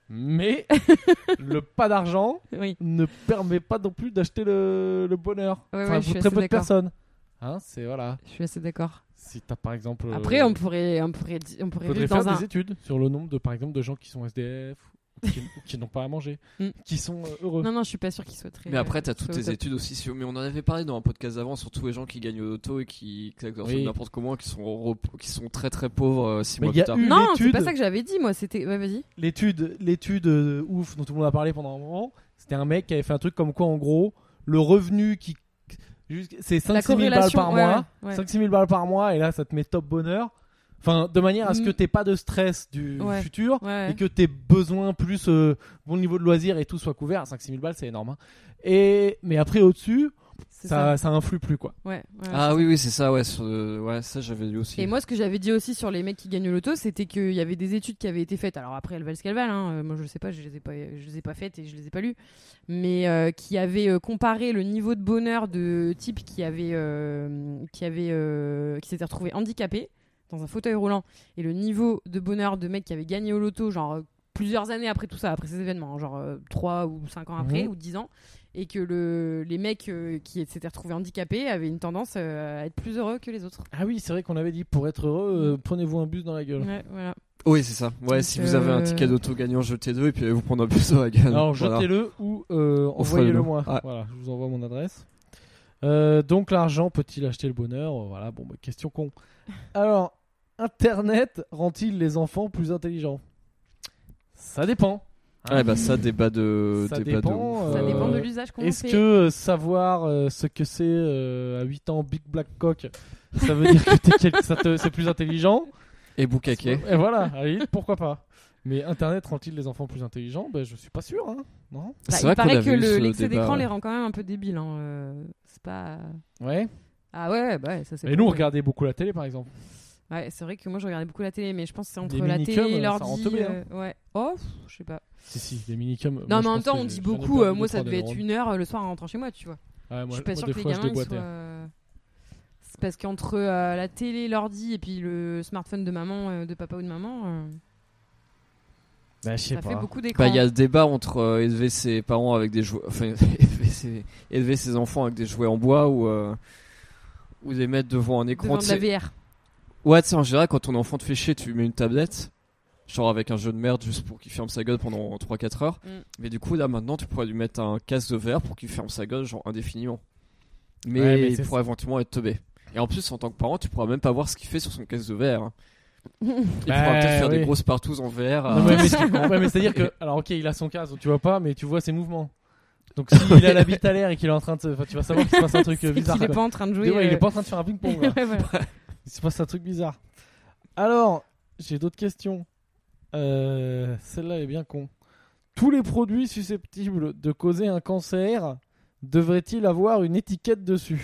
[SPEAKER 1] mais le pas d'argent
[SPEAKER 2] Oui.
[SPEAKER 1] ne permet pas non plus d'acheter le, le bonheur.
[SPEAKER 2] Ouais,
[SPEAKER 1] Enfin,
[SPEAKER 2] ouais,
[SPEAKER 1] pour
[SPEAKER 2] je
[SPEAKER 1] très
[SPEAKER 2] suis assez
[SPEAKER 1] peu de
[SPEAKER 2] d'accord.
[SPEAKER 1] personnes. Hein, c'est voilà.
[SPEAKER 2] Je suis assez d'accord.
[SPEAKER 1] Si t'as par exemple. euh,
[SPEAKER 2] Après, on pourrait, on pourrait, di- on pourrait
[SPEAKER 1] Faudrait
[SPEAKER 2] vivre
[SPEAKER 1] faire
[SPEAKER 2] dans
[SPEAKER 1] des
[SPEAKER 2] un.
[SPEAKER 1] études sur le nombre de, par exemple, de gens qui sont SDF, qui, qui n'ont pas à manger,
[SPEAKER 2] Mm.
[SPEAKER 1] qui sont euh, heureux.
[SPEAKER 2] Non, non, je suis pas sûre qu'il soit très.
[SPEAKER 3] Mais après, t'as
[SPEAKER 2] euh,
[SPEAKER 3] toutes
[SPEAKER 2] soit au
[SPEAKER 3] tes
[SPEAKER 2] top.
[SPEAKER 3] études aussi. sur- Mais on en avait parlé dans un podcast avant sur tous les gens qui gagnent au loto et qui, qui s'en sortent
[SPEAKER 1] Oui.
[SPEAKER 3] n'importe comment, qui sont, rep- qui sont très très pauvres euh, six
[SPEAKER 1] Mais
[SPEAKER 3] mois
[SPEAKER 1] il y a
[SPEAKER 3] plus tard.
[SPEAKER 1] eu-
[SPEAKER 2] Non, c'est
[SPEAKER 1] l'étude.
[SPEAKER 2] pas ça que j'avais dit, moi. C'était. Ouais, vas-y.
[SPEAKER 1] l'étude, l'étude euh, ouf dont tout le monde a parlé pendant un moment, c'était un mec qui avait fait un truc comme quoi, en gros, le revenu qui. jusqu'- C'est 5 6 000 balles
[SPEAKER 2] corrélation,
[SPEAKER 1] par
[SPEAKER 2] ouais,
[SPEAKER 1] mois.
[SPEAKER 2] ouais, ouais.
[SPEAKER 1] 5 6 000 balles par mois, et là, ça te met top bonheur. Enfin, de manière à ce que
[SPEAKER 2] Mm.
[SPEAKER 1] t'aies pas de stress du
[SPEAKER 2] Ouais.
[SPEAKER 1] futur.
[SPEAKER 2] Ouais.
[SPEAKER 1] Et que tes besoins plus euh, bon niveau de loisirs et tout soit couvert, 5 6 000 balles c'est énorme. hein. Et mais après au-dessus,
[SPEAKER 2] c'est ça.
[SPEAKER 1] ça, ça influe plus quoi.
[SPEAKER 2] Ouais, ouais.
[SPEAKER 3] Ah oui, oui, c'est ça, ouais, sur- euh, ouais ça j'avais lu aussi.
[SPEAKER 2] Et moi, ce que j'avais dit aussi sur les mecs qui gagnent au loto, c'était qu'il y avait des études qui avaient été faites. Alors après, elles valent ce qu'elles valent. hein. Euh, Moi, je sais pas, je les ai pas, je les ai pas faites et je les ai pas lues. Mais euh, qui avaient euh, comparé le niveau de bonheur de types qui avaient, euh, qui avaient, euh, qui s'étaient retrouvés handicapés dans un fauteuil roulant et le niveau de bonheur de mecs qui avaient gagné au loto, genre euh, plusieurs années après tout ça, après ces événements, hein, genre 3 ou 5 ans après
[SPEAKER 1] Mhm.
[SPEAKER 2] ou 10 ans, et que le, les mecs euh, qui s'étaient retrouvés handicapés avaient une tendance euh, à être plus heureux que les autres.
[SPEAKER 1] Ah oui, c'est vrai qu'on avait dit pour être heureux,
[SPEAKER 3] Mm.
[SPEAKER 1] euh, prenez-vous un bus dans la gueule.
[SPEAKER 2] Ouais, voilà.
[SPEAKER 3] Oui, c'est ça. Ouais,
[SPEAKER 2] Donc,
[SPEAKER 3] si vous avez un
[SPEAKER 2] euh,
[SPEAKER 3] ticket d'auto gagnant, jetez deux et puis allez vous prendre un plus à la gueule.
[SPEAKER 1] Alors
[SPEAKER 3] Voilà.
[SPEAKER 1] jetez-le ou euh,
[SPEAKER 3] Offrez-le.
[SPEAKER 1] envoyez-le moi.
[SPEAKER 3] Ouais.
[SPEAKER 1] Voilà, je vous envoie mon adresse. Euh, donc l'argent peut-il acheter le bonheur Euh, Voilà, bon, bah, question con. Alors, Internet rend-il les enfants plus intelligents Ça dépend. hein.
[SPEAKER 3] Ouais, bah ça, débat de.
[SPEAKER 1] Ça
[SPEAKER 3] débat
[SPEAKER 1] dépend,
[SPEAKER 3] de ouf.
[SPEAKER 2] Ça
[SPEAKER 1] Euh,
[SPEAKER 2] dépend de l'usage qu'on en
[SPEAKER 1] Est-ce
[SPEAKER 2] fait.
[SPEAKER 1] que euh, savoir euh, ce que c'est euh, à 8 ans Big Black Cock, ça veut dire que t'es quel- ça te- c'est plus intelligent
[SPEAKER 3] Et
[SPEAKER 2] Bah,
[SPEAKER 3] Boukake.
[SPEAKER 1] Et voilà, à la limite, pourquoi pas Mais Internet rend-il les enfants plus intelligents Ben, je suis pas sûr, hein. Non
[SPEAKER 2] Bah,
[SPEAKER 3] C'est
[SPEAKER 2] il
[SPEAKER 3] vrai qu'on
[SPEAKER 2] paraît
[SPEAKER 3] avait
[SPEAKER 2] que
[SPEAKER 3] eu
[SPEAKER 2] le-
[SPEAKER 3] ce
[SPEAKER 2] l'excès
[SPEAKER 3] débat,
[SPEAKER 2] d'écran les
[SPEAKER 3] ouais.
[SPEAKER 2] rend quand même un peu débiles. hein, euh, C'est pas.
[SPEAKER 1] Ouais.
[SPEAKER 2] Ah ouais, ouais, bah ouais, ça c'est.
[SPEAKER 1] Mais
[SPEAKER 2] pas
[SPEAKER 1] nous, on
[SPEAKER 2] vrai.
[SPEAKER 1] regardait beaucoup la télé, par exemple.
[SPEAKER 2] Ouais, c'est vrai que moi je regardais beaucoup la télé, mais je pense que c'est
[SPEAKER 1] Les
[SPEAKER 2] entre la
[SPEAKER 1] minicums,
[SPEAKER 2] télé
[SPEAKER 1] ça
[SPEAKER 2] et
[SPEAKER 1] rend hein.
[SPEAKER 2] l'ordi.
[SPEAKER 1] teubé,
[SPEAKER 2] euh, ouais. Oh, pff, je sais pas.
[SPEAKER 1] Si, si, les minicums.
[SPEAKER 2] non, mais en même temps, on dit beaucoup. euh, moi, ça devait être une heure euh, le soir en rentrant chez moi, tu vois. je suis pas sûre que les gamins ils soient.
[SPEAKER 1] Bah,
[SPEAKER 2] euh, C'est parce qu'entre euh, la télé, l'ordi et puis le smartphone de maman, euh, de papa ou de maman, euh,
[SPEAKER 1] Bah, je sais
[SPEAKER 2] ça fait
[SPEAKER 1] pas.
[SPEAKER 2] beaucoup d'écran.
[SPEAKER 3] Bah, il y a le débat entre euh, élever ses parents avec des jouets. Enfin, élever ses, élever ses enfants avec des jouets en bois ou. euh, ou les mettre devant un écran.
[SPEAKER 2] devant
[SPEAKER 3] tu
[SPEAKER 2] de
[SPEAKER 3] sais.
[SPEAKER 2] la VR.
[SPEAKER 3] Ouais, tu sais, en général, quand ton enfant te fait chier, tu lui mets une tablette. Genre avec un jeu de merde juste pour qu'il ferme sa gueule pendant 3-4 heures.
[SPEAKER 2] Mm.
[SPEAKER 3] Mais du coup, là maintenant, tu pourrais lui mettre un casque de verre pour qu'il ferme sa gueule, genre indéfiniment. Mais,
[SPEAKER 1] Ouais, mais
[SPEAKER 3] il
[SPEAKER 1] c'est
[SPEAKER 3] pourra éventuellement être teubé. Et en plus, en tant que parent, tu pourras même pas voir ce qu'il fait sur son casque de verre. hein. il
[SPEAKER 1] Bah,
[SPEAKER 3] pourra peut-être faire
[SPEAKER 1] oui.
[SPEAKER 3] des grosses partous en verre.
[SPEAKER 1] Non,
[SPEAKER 3] euh,
[SPEAKER 1] mais, mais c'est- Ah, ouais, mais c'est-à-dire que. Alors, ok, il a son casque, donc tu vois pas, mais tu vois ses mouvements. Donc, s'il a la bite à l'air et qu'il est en train de. se- enfin, tu vas savoir qu'il se passe un truc euh,
[SPEAKER 2] Et
[SPEAKER 1] bizarre.
[SPEAKER 2] qu'il est
[SPEAKER 1] quoi.
[SPEAKER 2] pas en train de
[SPEAKER 1] Et
[SPEAKER 2] jouer.
[SPEAKER 1] ouais, Il est
[SPEAKER 2] euh,
[SPEAKER 1] pas en train de faire un ping-pong. là.
[SPEAKER 2] ouais, voilà.
[SPEAKER 1] Il se passe un truc bizarre. Alors, j'ai d'autres questions. Euh, Celle-là est bien con. Tous les produits susceptibles de causer un cancer devraient-ils avoir une étiquette dessus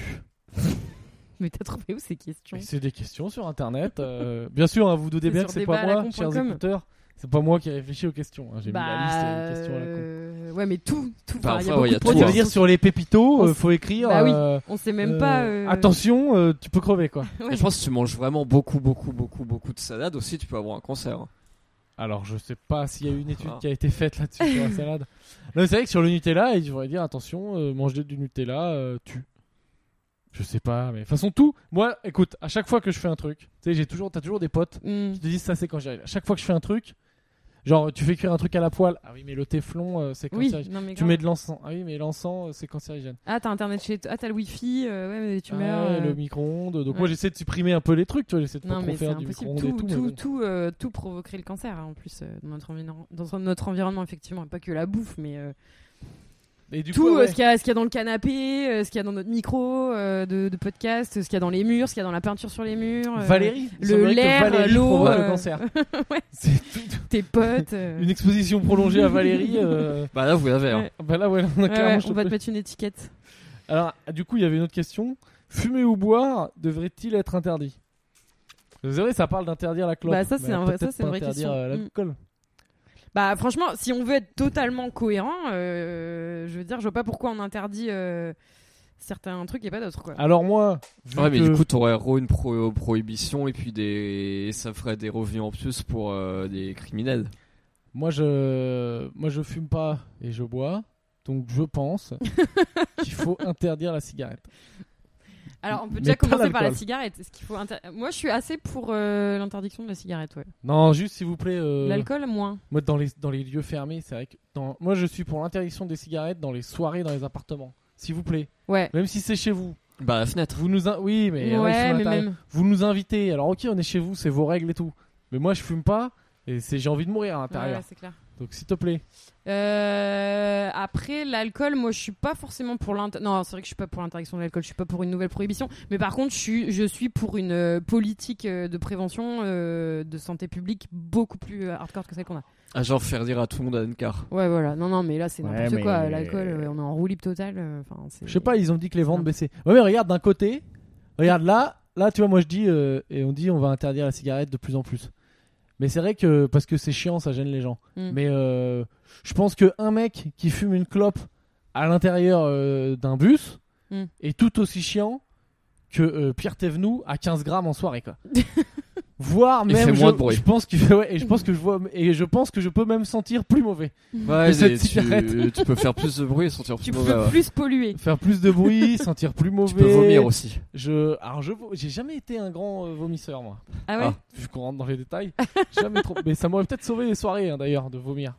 [SPEAKER 2] mais t'as trouvé où ces questions
[SPEAKER 1] Mais C'est des questions sur internet. euh, bien sûr, hein, vous doutez
[SPEAKER 2] C'est
[SPEAKER 1] bien
[SPEAKER 2] sur
[SPEAKER 1] que c'est pas moi, chers
[SPEAKER 2] débat-à-la-con.com.
[SPEAKER 1] écouteurs. C'est pas moi qui ai réfléchi aux questions. hein. J'ai mis la liste
[SPEAKER 2] Bah,
[SPEAKER 1] des questions à la con.
[SPEAKER 2] euh, ouais, mais tout, tout.
[SPEAKER 3] Bah,
[SPEAKER 2] enfin, il y a
[SPEAKER 3] enfin, ouais, il y a
[SPEAKER 2] beaucoup de
[SPEAKER 3] tout,
[SPEAKER 1] ça veut
[SPEAKER 3] hein.
[SPEAKER 1] dire sur les pépitos, euh, faut écrire.
[SPEAKER 2] Bah oui.
[SPEAKER 1] euh,
[SPEAKER 2] On sait même
[SPEAKER 1] euh,
[SPEAKER 2] pas. euh,
[SPEAKER 1] Attention, euh, tu peux crever quoi.
[SPEAKER 3] Et je pense que si tu manges vraiment beaucoup, beaucoup, beaucoup, beaucoup de salade aussi, tu peux avoir un cancer. hein.
[SPEAKER 1] Alors, je sais pas s'il y a eu une étude
[SPEAKER 3] Ah.
[SPEAKER 1] qui a été faite là-dessus sur la salade. Non, mais c'est vrai que sur le Nutella, il devrait dire attention, euh, manger du Nutella, euh, tue. Je sais pas, mais de toute façon, tout. Moi, écoute, à chaque fois que je fais un truc, tu sais, j'ai toujours, t'as toujours des potes
[SPEAKER 2] Mm.
[SPEAKER 1] qui te disent ça, c'est quand j'arrive. À chaque fois que je fais un truc, genre, tu fais cuire un truc à la poêle. Ah oui, mais le téflon, euh, c'est
[SPEAKER 2] Oui.
[SPEAKER 1] cancérigène.
[SPEAKER 2] non, mais
[SPEAKER 1] Tu
[SPEAKER 2] grave.
[SPEAKER 1] mets de l'encens. Ah oui, mais l'encens, euh, c'est cancérigène.
[SPEAKER 2] Ah, t'as internet chez toi. Ah, t'as le wifi. euh, ouais, mais tu
[SPEAKER 1] Ah,
[SPEAKER 2] meurs. euh,
[SPEAKER 1] Le micro-ondes. Donc,
[SPEAKER 2] ouais.
[SPEAKER 1] moi, j'essaie de supprimer un peu les trucs, tu vois, j'essaie de pas
[SPEAKER 2] Non, mais
[SPEAKER 1] trop
[SPEAKER 2] c'est
[SPEAKER 1] faire du
[SPEAKER 2] impossible.
[SPEAKER 1] micro-ondes
[SPEAKER 2] Tout,
[SPEAKER 1] et tout.
[SPEAKER 2] tout,
[SPEAKER 1] mais
[SPEAKER 2] tout,
[SPEAKER 1] bon.
[SPEAKER 2] euh, tout provoquerait le cancer, hein, en plus, euh, dans, notre environ- dans notre environnement, effectivement. Pas que la bouffe, mais euh,
[SPEAKER 1] Et du
[SPEAKER 2] tout
[SPEAKER 1] coup,
[SPEAKER 2] euh,
[SPEAKER 1] ouais.
[SPEAKER 2] ce qu'il y, a- ce qu'il y a dans le canapé, euh, ce qu'il y a dans notre micro euh, de, de podcast, ce qu'il y a dans les murs, ce qu'il y a dans la peinture sur les murs. euh,
[SPEAKER 1] Valérie, il
[SPEAKER 2] le
[SPEAKER 1] semblerait que
[SPEAKER 2] l'air,
[SPEAKER 1] Valérie
[SPEAKER 2] l'eau,
[SPEAKER 1] provoque
[SPEAKER 2] euh,
[SPEAKER 1] le cancer.
[SPEAKER 2] ouais.
[SPEAKER 1] C'est tout-
[SPEAKER 2] Tes potes. euh.
[SPEAKER 1] une exposition prolongée à Valérie. euh,
[SPEAKER 3] Bah là, vous l'avez. hein.
[SPEAKER 2] Ouais.
[SPEAKER 1] Bah là, ouais, on a
[SPEAKER 2] Ouais,
[SPEAKER 1] clairement
[SPEAKER 2] ouais, on
[SPEAKER 1] chopé.
[SPEAKER 2] va te mettre une étiquette.
[SPEAKER 1] Alors, du coup, il y avait une autre question. Fumer ou boire devrait-il être interdit Vous savez, ça parle d'interdire la clope.
[SPEAKER 2] Bah, ça, c'est
[SPEAKER 1] mais
[SPEAKER 2] un vrai- ça,
[SPEAKER 1] peut-être
[SPEAKER 2] c'est une
[SPEAKER 1] pas
[SPEAKER 2] vraie
[SPEAKER 1] interdire,
[SPEAKER 2] question. Mm.
[SPEAKER 1] euh, l'alcool.
[SPEAKER 2] Bah franchement, si on veut être totalement cohérent, euh, je veux dire, je vois pas pourquoi on interdit euh, certains trucs et pas d'autres quoi.
[SPEAKER 1] Alors moi, vu
[SPEAKER 3] Ouais, mais
[SPEAKER 1] que-
[SPEAKER 3] du coup, t'aurais re- une pro- euh, prohibition et puis des. et ça ferait des revenus en plus pour euh, des criminels.
[SPEAKER 1] moi je, moi je fume pas et je bois, donc je pense qu'il faut interdire la cigarette.
[SPEAKER 2] Alors on peut
[SPEAKER 1] mais
[SPEAKER 2] déjà
[SPEAKER 1] pas
[SPEAKER 2] commencer par la
[SPEAKER 1] l'alcool.
[SPEAKER 2] cigarette. Est-ce qu'il faut inter- Moi, je suis assez pour euh, l'interdiction de la cigarette. Ouais.
[SPEAKER 1] Non, juste s'il vous plaît. euh,
[SPEAKER 2] L'alcool moins.
[SPEAKER 1] Moi, dans les, dans les lieux fermés, c'est vrai que. dans- moi, je suis pour l'interdiction des cigarettes dans les soirées, dans les appartements. S'il vous plaît.
[SPEAKER 2] Ouais.
[SPEAKER 1] Même si c'est chez vous.
[SPEAKER 3] Bah, la fenêtre.
[SPEAKER 1] Vous nous. in- Oui, mais. euh, ils sont à
[SPEAKER 2] ouais, mais
[SPEAKER 1] l'intérieur.
[SPEAKER 2] même.
[SPEAKER 1] Vous nous invitez. Alors, ok, on est chez vous, c'est vos règles et tout. Mais moi, je fume pas. Et c'est j'ai envie de mourir à
[SPEAKER 2] Ouais,
[SPEAKER 1] l'intérieur.
[SPEAKER 2] ouais, c'est clair.
[SPEAKER 1] Donc, s'il te plaît.
[SPEAKER 2] Euh, après l'alcool, moi je suis pas forcément pour l'int. Non, c'est vrai que je suis pas pour l'interdiction de l'alcool. Je suis pas pour une nouvelle prohibition. Mais par contre, je suis, je suis pour une euh, politique euh, de prévention euh, de santé publique beaucoup plus euh, hardcore que celle qu'on a.
[SPEAKER 3] Ah, genre faire dire à tout le monde à Ankar.
[SPEAKER 2] Ouais, voilà. Non, non, mais là, c'est
[SPEAKER 1] Ouais,
[SPEAKER 2] n'importe
[SPEAKER 1] mais-
[SPEAKER 2] quoi. L'alcool, euh, on est en roue libre totale. euh, Enfin, c'est-
[SPEAKER 1] Je sais pas, ils ont dit que les
[SPEAKER 2] Non.
[SPEAKER 1] ventes baissaient. Ouais, mais regarde, d'un côté. Regarde là. Là, tu vois, moi, je dis. euh, et on dit, on va interdire la cigarette de plus en plus. Mais c'est vrai que. Parce que c'est chiant, ça gêne les gens.
[SPEAKER 2] Mm.
[SPEAKER 1] Mais euh, je pense que un mec qui fume une clope à l'intérieur euh, d'un bus
[SPEAKER 2] Mm.
[SPEAKER 1] est tout aussi chiant que euh, Pierre Thévenoud à 15 grammes en soirée, quoi. Voire
[SPEAKER 3] Il
[SPEAKER 1] même,
[SPEAKER 3] fait
[SPEAKER 1] je,
[SPEAKER 3] moins de bruit.
[SPEAKER 1] je pense que ouais, et je pense que je vois et je pense que je peux même sentir plus mauvais,
[SPEAKER 3] Ouais,
[SPEAKER 1] Cette
[SPEAKER 3] et
[SPEAKER 1] cigarette.
[SPEAKER 3] tu, tu peux faire plus de bruit et sentir plus
[SPEAKER 2] Tu
[SPEAKER 3] mauvais.
[SPEAKER 2] peux
[SPEAKER 3] ouais.
[SPEAKER 2] plus polluer.
[SPEAKER 1] faire plus de bruit, sentir plus mauvais.
[SPEAKER 3] Tu peux vomir aussi.
[SPEAKER 1] Je, alors je, vo- j'ai jamais été un grand euh, vomisseur moi.
[SPEAKER 2] Ah ouais
[SPEAKER 3] Ah.
[SPEAKER 1] Je rentre dans les détails. jamais trop. Mais ça m'aurait peut-être sauvé les soirées hein, d'ailleurs de vomir.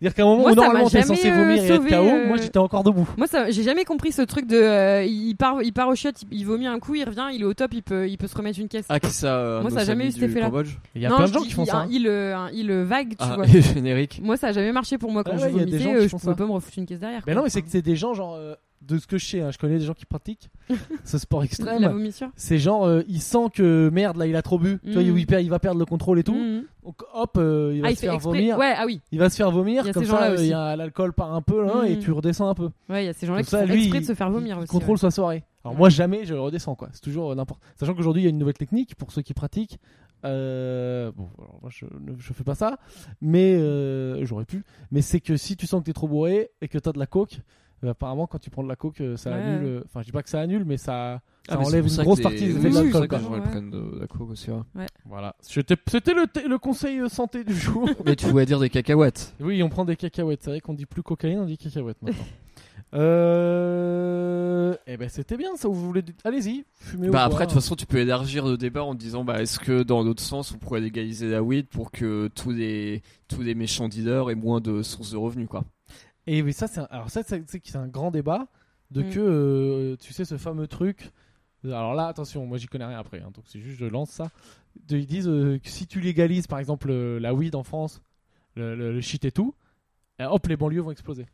[SPEAKER 1] Dire qu'à un moment
[SPEAKER 2] Moi,
[SPEAKER 1] où
[SPEAKER 2] ça m'a
[SPEAKER 1] normalement t'es
[SPEAKER 2] jamais,
[SPEAKER 1] censé
[SPEAKER 2] euh,
[SPEAKER 1] vomir et être
[SPEAKER 2] sauvé,
[SPEAKER 1] KO,
[SPEAKER 2] euh,
[SPEAKER 1] moi j'étais encore debout.
[SPEAKER 2] Moi, ça, j'ai jamais compris ce truc de. euh, il part, il part au shot, il, il vomit un coup, il revient, il est au top, il peut, il peut se remettre une caisse.
[SPEAKER 3] Ah, qui ça euh,
[SPEAKER 2] Moi,
[SPEAKER 3] nos
[SPEAKER 2] ça a jamais
[SPEAKER 3] amis
[SPEAKER 2] eu cet
[SPEAKER 3] du
[SPEAKER 2] effet-là.
[SPEAKER 3] Cambodge
[SPEAKER 1] Il y a
[SPEAKER 2] Non,
[SPEAKER 1] plein
[SPEAKER 2] je
[SPEAKER 1] de gens
[SPEAKER 2] dis-
[SPEAKER 1] qui font
[SPEAKER 2] il-
[SPEAKER 1] ça.
[SPEAKER 2] un-
[SPEAKER 1] hein.
[SPEAKER 2] Il, euh, un- il euh, vague, tu
[SPEAKER 3] Ah,
[SPEAKER 2] vois.
[SPEAKER 3] et générique.
[SPEAKER 2] Moi, ça a jamais marché pour moi quand
[SPEAKER 1] Ah
[SPEAKER 2] je
[SPEAKER 1] ouais, il y a des gens
[SPEAKER 2] vomitais.
[SPEAKER 1] qui
[SPEAKER 2] euh, je
[SPEAKER 1] font
[SPEAKER 2] pouvais
[SPEAKER 1] ça.
[SPEAKER 2] pas me refoutre une caisse derrière.
[SPEAKER 1] Mais
[SPEAKER 2] quoi.
[SPEAKER 1] non, mais c'est que c'est des gens, genre, euh, de ce que je sais, hein, je connais des gens qui pratiquent ce sport
[SPEAKER 2] Enfin, La
[SPEAKER 1] extrême.
[SPEAKER 2] vomissure.
[SPEAKER 1] C'est genre, euh, il sent que merde, là, il a trop bu, tu vois,
[SPEAKER 2] Mm.
[SPEAKER 1] il, perd- il va perdre le contrôle et tout.
[SPEAKER 2] Mhm.
[SPEAKER 1] Donc hop, euh, il va
[SPEAKER 2] Ah, il
[SPEAKER 1] se
[SPEAKER 2] fait
[SPEAKER 1] faire
[SPEAKER 2] exprès.
[SPEAKER 1] vomir.
[SPEAKER 2] Ouais, ah oui.
[SPEAKER 1] Il va se faire vomir,
[SPEAKER 2] Il y a
[SPEAKER 1] comme
[SPEAKER 2] ces
[SPEAKER 1] ça,
[SPEAKER 2] gens-là
[SPEAKER 1] euh, il
[SPEAKER 2] aussi.
[SPEAKER 1] y a l'alcool part un peu, là, et
[SPEAKER 2] Mm.
[SPEAKER 1] tu redescends un peu.
[SPEAKER 2] Ouais, il y a ces gens-là
[SPEAKER 1] Comme
[SPEAKER 2] qui
[SPEAKER 1] ça,
[SPEAKER 2] font
[SPEAKER 1] lui,
[SPEAKER 2] exprès de
[SPEAKER 1] il-
[SPEAKER 2] se faire
[SPEAKER 1] il-
[SPEAKER 2] vomir
[SPEAKER 1] il
[SPEAKER 2] aussi.
[SPEAKER 1] contrôle sa soirée. Alors
[SPEAKER 2] Ouais.
[SPEAKER 1] moi, jamais, je redescends, quoi. C'est toujours euh, n'importe. Sachant qu'aujourd'hui, il y a une nouvelle technique pour ceux qui pratiquent. Euh, bon, alors moi, je ne je fais pas ça, mais euh, j'aurais pu. Mais c'est que si tu sens que t'es trop bourré et que t'as de la coke, euh, apparemment, quand tu prends de la coke, euh, ça
[SPEAKER 2] Ouais.
[SPEAKER 1] annule. euh, Enfin, je dis pas que ça annule, mais ça, ça
[SPEAKER 3] Ah, mais c'est
[SPEAKER 1] enlève
[SPEAKER 3] pour
[SPEAKER 1] une
[SPEAKER 3] ça que
[SPEAKER 1] grosse
[SPEAKER 3] les-
[SPEAKER 1] partie des
[SPEAKER 3] oui,
[SPEAKER 1] effets de
[SPEAKER 3] c'est pour
[SPEAKER 1] l'alcool,
[SPEAKER 3] ça que
[SPEAKER 1] quoi.
[SPEAKER 3] les gens, ils
[SPEAKER 2] Ouais.
[SPEAKER 3] prennent de la coke aussi. hein. ouais.
[SPEAKER 1] Voilà. C'était c'était le, thé- le conseil euh, santé du jour.
[SPEAKER 3] Mais tu voulais dire des cacahuètes.
[SPEAKER 1] Oui, on prend des cacahuètes. C'est vrai qu'on dit plus cocaïne, on dit cacahuètes maintenant. euh... Eh ben, c'était bien ça. Vous voulez du- Allez-y, fumez
[SPEAKER 3] Bah
[SPEAKER 1] ou
[SPEAKER 3] après, de
[SPEAKER 1] boire.
[SPEAKER 3] toute façon, tu peux élargir le débat en disant, bah est-ce que dans l'autre sens, on pourrait légaliser la weed pour que tous les tous les méchants dealers aient moins de sources de revenus, quoi.
[SPEAKER 1] Et oui, ça, c'est un... alors ça, c'est c'est- c'est un grand débat de
[SPEAKER 2] Mm.
[SPEAKER 1] que euh, tu sais ce fameux truc. euh, Alors là, attention, moi j'y connais rien après, hein, donc c'est juste je lance ça. De- ils disent euh, que si tu légalises par exemple euh, la weed en France, le, le- le shit et tout, euh, hop, les banlieues vont exploser.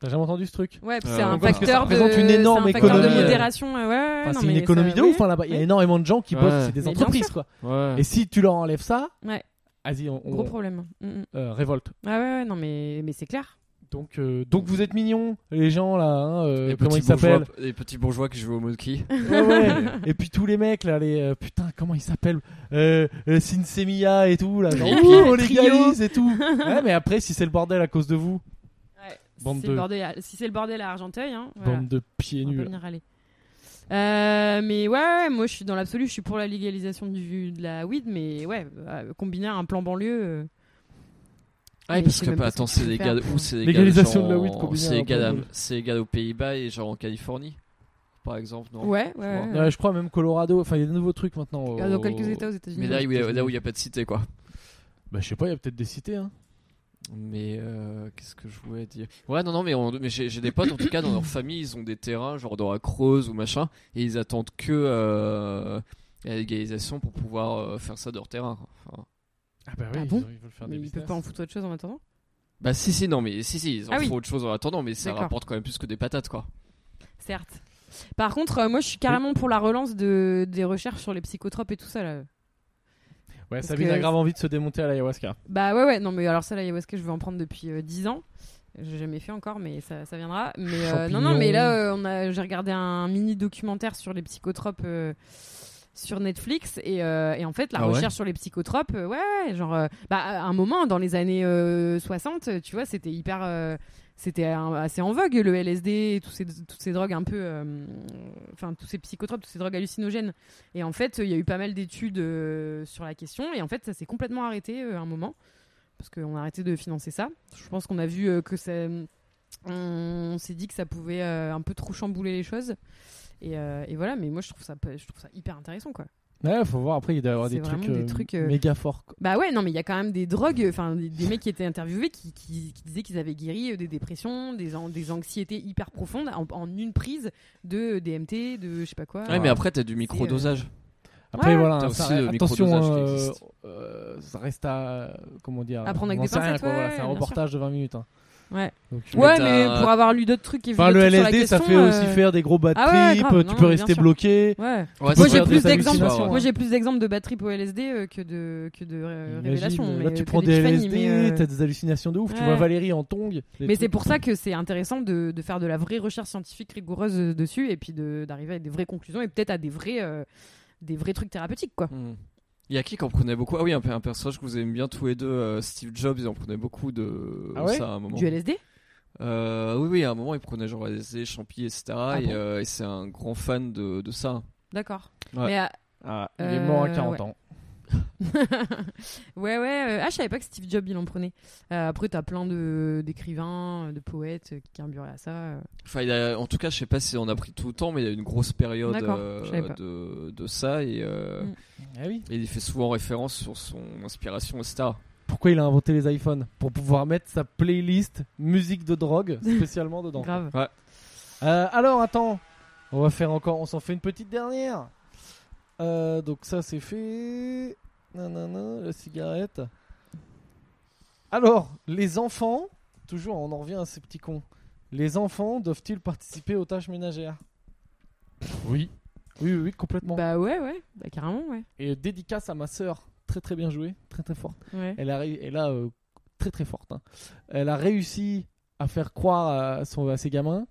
[SPEAKER 1] T'as jamais entendu ce truc
[SPEAKER 2] Ouais, puis
[SPEAKER 3] Euh,
[SPEAKER 2] c'est un
[SPEAKER 3] donc, parce
[SPEAKER 1] que
[SPEAKER 2] facteur
[SPEAKER 1] ça représente
[SPEAKER 2] de.
[SPEAKER 1] une
[SPEAKER 2] c'est un
[SPEAKER 1] énorme
[SPEAKER 2] facteur
[SPEAKER 3] économie,
[SPEAKER 2] de
[SPEAKER 3] euh.
[SPEAKER 2] modération. ouais, ouais,
[SPEAKER 1] Enfin,
[SPEAKER 2] non,
[SPEAKER 1] c'est une
[SPEAKER 2] mais
[SPEAKER 1] économie
[SPEAKER 2] ça-
[SPEAKER 1] de
[SPEAKER 2] oui,
[SPEAKER 1] ouf hein, là-bas. Il y a
[SPEAKER 2] Ouais.
[SPEAKER 1] énormément de gens qui
[SPEAKER 3] Ouais.
[SPEAKER 1] bossent, c'est
[SPEAKER 3] Mais
[SPEAKER 1] des
[SPEAKER 2] bien
[SPEAKER 1] entreprises
[SPEAKER 2] sûr.
[SPEAKER 1] quoi.
[SPEAKER 3] Ouais.
[SPEAKER 1] Et si tu leur enlèves ça,
[SPEAKER 2] Ouais.
[SPEAKER 1] vas-y, on, on-
[SPEAKER 2] Gros problème. Mhm.
[SPEAKER 1] euh, révolte.
[SPEAKER 2] Ah ouais, ouais, non, mais, mais c'est clair.
[SPEAKER 1] Donc, euh, donc vous êtes mignons, les gens là. hein, euh,
[SPEAKER 3] les,
[SPEAKER 1] comment
[SPEAKER 3] petits
[SPEAKER 1] ils s'appellent
[SPEAKER 3] bourgeois, les petits bourgeois qui jouent au Monkey.
[SPEAKER 1] Ouais, ouais. Et puis tous les mecs là, les euh, putain, comment ils s'appellent euh, euh, Sin Semilla et tout là. Genre,
[SPEAKER 3] Et
[SPEAKER 1] ouh,
[SPEAKER 3] puis,
[SPEAKER 1] on
[SPEAKER 2] le
[SPEAKER 1] les
[SPEAKER 2] trio.
[SPEAKER 1] galise et tout. Ouais, mais après, si c'est le bordel à cause de vous,
[SPEAKER 2] Ouais.
[SPEAKER 1] Bande
[SPEAKER 2] Si c'est
[SPEAKER 1] de-
[SPEAKER 2] le bordel à- Si c'est le bordel à Argenteuil, hein, voilà.
[SPEAKER 1] bande de pieds
[SPEAKER 2] on peut
[SPEAKER 1] nus. là.
[SPEAKER 2] venir râler. Euh, mais ouais, ouais, moi je suis dans l'absolu, je suis pour la légalisation du, de la weed, mais ouais, euh, combiner un plan banlieue. euh,
[SPEAKER 3] Ah,
[SPEAKER 2] Mais
[SPEAKER 3] parce
[SPEAKER 2] c'est
[SPEAKER 3] que
[SPEAKER 2] même pas
[SPEAKER 3] attends,
[SPEAKER 2] ce que
[SPEAKER 3] c'est
[SPEAKER 2] tu
[SPEAKER 3] les
[SPEAKER 2] peux
[SPEAKER 3] gars
[SPEAKER 2] faire,
[SPEAKER 3] où
[SPEAKER 2] quoi.
[SPEAKER 3] c'est les
[SPEAKER 1] Légalisation
[SPEAKER 3] gars
[SPEAKER 1] de la
[SPEAKER 3] genre
[SPEAKER 1] weed, combien
[SPEAKER 3] C'est les
[SPEAKER 1] un
[SPEAKER 3] gars
[SPEAKER 1] problème.
[SPEAKER 3] d'Am- c'est les gars aux Pays-Bas et genre en Californie, par exemple. non
[SPEAKER 2] Ouais, ouais.
[SPEAKER 3] vois.
[SPEAKER 2] ouais.
[SPEAKER 1] Ouais, Oh. je crois même Colorado. Enfin, il y a de nouveaux trucs maintenant. au-
[SPEAKER 2] Ah, Dans quelques États aux États-Unis.
[SPEAKER 3] Mais là où il y a-
[SPEAKER 1] États-Unis.
[SPEAKER 3] là où il y a pas de cité quoi.
[SPEAKER 1] Bah, je sais pas, il y a peut-être des cités. Hein.
[SPEAKER 3] Mais euh, qu'est-ce que je voulais dire Ouais, non, non, mais, on- mais j'ai j'ai des potes, en tout cas, dans leur famille, ils ont des terrains, genre dans la Creuse ou machin, et ils attendent que euh, la légalisation pour pouvoir euh, faire ça de leur terrain. quoi. Enfin,
[SPEAKER 1] Ah bah
[SPEAKER 2] oui, Ah bon
[SPEAKER 1] ils, veulent faire
[SPEAKER 2] Mais
[SPEAKER 1] des
[SPEAKER 2] il peut pas en foutre autre chose en attendant.
[SPEAKER 3] bah, si, si, non, mais si, si, ils en
[SPEAKER 2] Ah
[SPEAKER 3] font
[SPEAKER 2] oui.
[SPEAKER 3] autre chose en attendant, mais ça
[SPEAKER 2] D'accord.
[SPEAKER 3] rapporte quand même plus que des patates, quoi.
[SPEAKER 2] Certes. Par contre, euh, moi je suis carrément pour la relance de, des recherches sur les psychotropes et tout ça là.
[SPEAKER 1] Ouais,
[SPEAKER 2] Parce
[SPEAKER 1] Sabine a
[SPEAKER 2] que-
[SPEAKER 1] grave envie de se démonter à l'ayahuasca.
[SPEAKER 2] Bah ouais, ouais, non mais alors ça là, ayahuasca, je vais en prendre depuis euh, 10 ans. J'ai jamais fait encore, mais ça, ça viendra. Mais euh, non, non, mais là, euh,
[SPEAKER 3] Mm.
[SPEAKER 2] on a, j'ai regardé un mini documentaire sur les psychotropes euh, sur Netflix. Et, euh, et en fait, la
[SPEAKER 3] Ah ouais
[SPEAKER 2] recherche sur les psychotropes, euh, ouais, ouais, genre, euh, bah, à un moment, dans les années euh, 60, tu vois, c'était hyper. euh, c'était euh, assez en vogue le LSD et tous ces, toutes ces drogues un peu euh, enfin tous ces psychotropes toutes ces drogues hallucinogènes et en fait il y a eu pas mal d'études euh, sur la question et en fait ça s'est complètement arrêté euh, à un moment parce qu'on a arrêté de financer ça je pense qu'on a vu euh, que ça on s'est dit que ça pouvait euh, un peu trop chambouler les choses et, euh, et voilà mais moi je trouve ça pas- je trouve ça hyper intéressant quoi
[SPEAKER 1] Ouais, faut voir après, il doit y avoir
[SPEAKER 2] C'est
[SPEAKER 1] des trucs,
[SPEAKER 2] vraiment des
[SPEAKER 1] euh,
[SPEAKER 2] trucs, euh,
[SPEAKER 1] méga forts. quoi.
[SPEAKER 2] bah ouais, non, mais il y a quand même des drogues, enfin des, des mecs qui étaient interviewés qui, qui- qui disaient qu'ils avaient guéri euh, des dépressions, des, an- des anxiétés hyper profondes en, en une prise de DMT, de je sais pas quoi.
[SPEAKER 3] Ouais, mais après, t'as du microdosage.
[SPEAKER 2] euh,
[SPEAKER 1] Après,
[SPEAKER 2] Ouais.
[SPEAKER 1] voilà,
[SPEAKER 3] T'as
[SPEAKER 1] ça
[SPEAKER 3] aussi
[SPEAKER 1] re-
[SPEAKER 3] le
[SPEAKER 1] attention,
[SPEAKER 3] microdosage qui
[SPEAKER 1] euh,
[SPEAKER 3] existe.
[SPEAKER 1] euh, ça reste à. euh, Comment dire
[SPEAKER 2] À prendre avec
[SPEAKER 1] on en
[SPEAKER 2] des
[SPEAKER 1] sait rien,
[SPEAKER 2] pincettes,
[SPEAKER 1] quoi,
[SPEAKER 2] ouais,
[SPEAKER 1] voilà, C'est un
[SPEAKER 2] bien sûr.
[SPEAKER 1] reportage de 20 minutes. hein.
[SPEAKER 2] Ouais.
[SPEAKER 1] Donc, tu
[SPEAKER 2] Ouais,
[SPEAKER 3] Mais
[SPEAKER 2] mais
[SPEAKER 3] t'as-
[SPEAKER 2] pour avoir lu d'autres trucs et vu
[SPEAKER 1] Enfin,
[SPEAKER 2] d'autres
[SPEAKER 1] le
[SPEAKER 2] trucs sur la
[SPEAKER 1] LSD, ça fait
[SPEAKER 2] question,
[SPEAKER 1] aussi
[SPEAKER 2] euh,
[SPEAKER 1] faire des gros bad
[SPEAKER 2] ah ouais,
[SPEAKER 1] trips,
[SPEAKER 2] grave,
[SPEAKER 1] tu
[SPEAKER 2] non,
[SPEAKER 1] peux
[SPEAKER 2] mais
[SPEAKER 1] rester
[SPEAKER 2] bien sûr.
[SPEAKER 1] bloqué.
[SPEAKER 2] Ouais.
[SPEAKER 3] Ouais,
[SPEAKER 2] Moi
[SPEAKER 1] c'est
[SPEAKER 2] j'ai
[SPEAKER 1] faire
[SPEAKER 2] plus
[SPEAKER 1] des
[SPEAKER 2] d'exemples.
[SPEAKER 1] hallucinations,
[SPEAKER 2] Moi
[SPEAKER 1] ouais.
[SPEAKER 2] j'ai plus d'exemples de bad trip au LSD euh, que de que de euh,
[SPEAKER 1] Imagine,
[SPEAKER 2] révélations.
[SPEAKER 1] là,
[SPEAKER 2] mais,
[SPEAKER 1] tu
[SPEAKER 2] que
[SPEAKER 1] prends des
[SPEAKER 2] d'épiphanies,
[SPEAKER 1] LSD,
[SPEAKER 2] mais, euh,
[SPEAKER 1] t'as des hallucinations de ouf. Tu
[SPEAKER 2] ouais.
[SPEAKER 1] vois Valérie en tong. les
[SPEAKER 2] Mais
[SPEAKER 1] trucs.
[SPEAKER 2] c'est pour ça que c'est intéressant de, de faire de la vraie recherche scientifique rigoureuse euh, dessus et puis de- d'arriver à des vraies conclusions et peut-être à des vrais, euh, des vrais trucs thérapeutiques, quoi.
[SPEAKER 3] Hmm. Il y a qui qui en prenait beaucoup Ah oui, un, un personnage que vous aimez bien tous les deux, euh, Steve Jobs, il en prenait beaucoup de
[SPEAKER 1] Ah ouais
[SPEAKER 3] ça à un moment.
[SPEAKER 2] Du LSD
[SPEAKER 3] Euh, oui, oui, à un moment, il prenait genre des champis, etc. et
[SPEAKER 2] Ah bon
[SPEAKER 3] euh, et c'est un grand fan de, de ça.
[SPEAKER 2] D'accord.
[SPEAKER 3] Ouais.
[SPEAKER 2] Mais, ah,
[SPEAKER 1] Ah, il est mort à
[SPEAKER 2] Euh,
[SPEAKER 1] 40
[SPEAKER 2] ouais.
[SPEAKER 1] ans.
[SPEAKER 2] ouais, ouais. euh, ah, je savais pas que Steve Jobs il en prenait. Euh, après, t'as plein de d'écrivains, de poètes euh, qui carburaient à ça. euh.
[SPEAKER 3] Enfin, il a- en tout cas, je sais pas si on a pris tout le temps, mais il y a une grosse période
[SPEAKER 2] D'accord,
[SPEAKER 3] euh,
[SPEAKER 2] je savais pas.
[SPEAKER 3] de, de ça et, euh,
[SPEAKER 2] Mm.
[SPEAKER 1] Ah oui.
[SPEAKER 3] et il fait souvent référence sur son inspiration, etc.
[SPEAKER 1] Pourquoi il a inventé les iPhones Pour pouvoir mettre sa playlist musique de drogue spécialement dedans.
[SPEAKER 2] Grave.
[SPEAKER 1] Euh, alors attends, on va faire encore, on s'en fait une petite dernière. Euh, donc ça c'est fait. Nanana, la cigarette. Alors, les enfants, toujours on en revient à ces petits cons. Les enfants doivent-ils participer aux tâches ménagères Oui. Oui, oui, oui, complètement.
[SPEAKER 2] Bah ouais, ouais. Bah carrément, ouais.
[SPEAKER 1] Et dédicace à ma sœur, très très bien jouée, très très forte.
[SPEAKER 2] Ouais.
[SPEAKER 1] Elle a, ré- elle a, euh, très très forte. hein. Elle a réussi à faire croire à, son, à ses gamins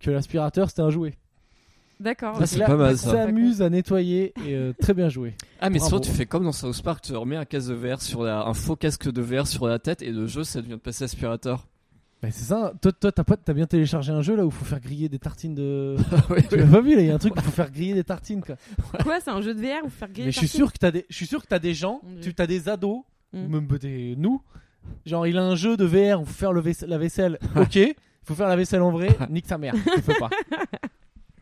[SPEAKER 1] que l'aspirateur c'était un jouet. Eh.
[SPEAKER 2] D'accord.
[SPEAKER 3] Ah,
[SPEAKER 2] ok.
[SPEAKER 3] c'est pas mal, ça.
[SPEAKER 1] s'amuse à nettoyer et euh, très bien joué.
[SPEAKER 3] Ah, mais
[SPEAKER 1] Bravo.
[SPEAKER 3] sinon, tu fais comme dans South Park, tu remets un casque de verre sur la, un faux casque de verre sur la tête et le jeu, ça devient de passer aspirateur.
[SPEAKER 1] Mais Bah, c'est ça, toi, toi t'as, pas, t'as bien téléchargé un jeu là où faut faire griller des tartines de.
[SPEAKER 3] Ah Ouais,
[SPEAKER 1] tu
[SPEAKER 3] ouais.
[SPEAKER 1] l'as pas vu là, il y a un truc où faut faire griller des tartines quoi.
[SPEAKER 2] Quoi, c'est un jeu de VR ou faire griller
[SPEAKER 1] Mais je suis
[SPEAKER 2] par-ci
[SPEAKER 1] sûr que t'as des, je suis sûr que t'as des gens,
[SPEAKER 2] Mon Dieu.
[SPEAKER 1] tu t'as des ados,
[SPEAKER 2] Mm.
[SPEAKER 1] ou même des nous. Genre il a un jeu de VR où faut faire le vaisse- la vaisselle. ok, il faut faire la vaisselle en vrai, nique sa mère, il faut pas.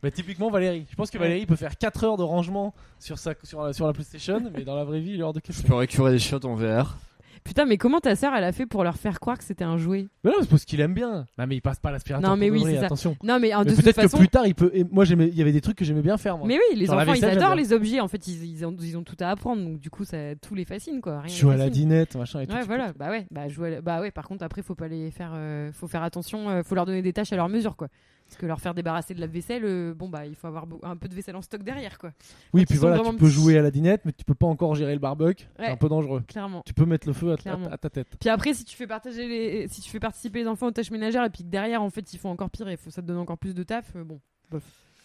[SPEAKER 1] Bah, typiquement Valérie, je pense que
[SPEAKER 2] Ouais.
[SPEAKER 1] Valérie peut faire 4 heures de rangement sur, sa, sur, la, sur la PlayStation, mais dans la vraie vie il est hors de
[SPEAKER 3] Je
[SPEAKER 1] question.
[SPEAKER 3] peux récurer des chiottes en VR.
[SPEAKER 2] Putain, mais comment ta sœur elle a fait pour leur faire croire que c'était un jouet
[SPEAKER 1] Mais non, c'est parce qu'il aime bien. Non mais il passe pas l'aspirateur.
[SPEAKER 2] Non, mais
[SPEAKER 1] pour de
[SPEAKER 2] oui,
[SPEAKER 1] vrai,
[SPEAKER 2] c'est ça.
[SPEAKER 1] attention.
[SPEAKER 2] Non, mais,
[SPEAKER 1] Mais
[SPEAKER 2] en Ah, de toute
[SPEAKER 1] peut-être
[SPEAKER 2] façon.
[SPEAKER 1] que plus tard, il peut. et moi, j'aimais- il y avait des trucs que j'aimais bien faire. Moi.
[SPEAKER 2] Mais oui, les
[SPEAKER 1] Genre la
[SPEAKER 2] enfants ils
[SPEAKER 1] vaisselle,
[SPEAKER 2] adorent
[SPEAKER 1] j'adore.
[SPEAKER 2] les objets. En fait, ils, ils ont, ils ont tout à apprendre. Donc du coup, ça tout les fascine quoi. Rien
[SPEAKER 1] Jouer
[SPEAKER 2] les
[SPEAKER 1] à la
[SPEAKER 2] fascine.
[SPEAKER 1] dinette, machin et tout.
[SPEAKER 2] Ouais,
[SPEAKER 1] tu
[SPEAKER 2] voilà, bah ouais, bah, jouer à la- bah ouais, par contre, après, faut pas les faire, euh, faut faire attention, euh, faut leur donner des tâches à leur mesure, quoi. Parce que leur faire débarrasser de la vaisselle, euh, bon bah il faut avoir beau- un peu de vaisselle en stock derrière quoi.
[SPEAKER 1] Oui,
[SPEAKER 2] ils
[SPEAKER 1] puis
[SPEAKER 2] sont
[SPEAKER 1] voilà, tu
[SPEAKER 2] vraiment
[SPEAKER 1] peux
[SPEAKER 2] petits.
[SPEAKER 1] jouer à la dinette, mais tu peux pas encore gérer le barbecue. C'est
[SPEAKER 2] Ouais.
[SPEAKER 1] un peu dangereux.
[SPEAKER 2] Clairement.
[SPEAKER 1] Tu peux mettre le feu à, ta-
[SPEAKER 2] Clairement.
[SPEAKER 1] à ta tête.
[SPEAKER 2] Puis après, si tu fais partager les, si tu fais participer les enfants aux tâches ménagères et puis que derrière en fait ils font encore pire et faut- ça te donne encore plus de taf, euh, bon. bof.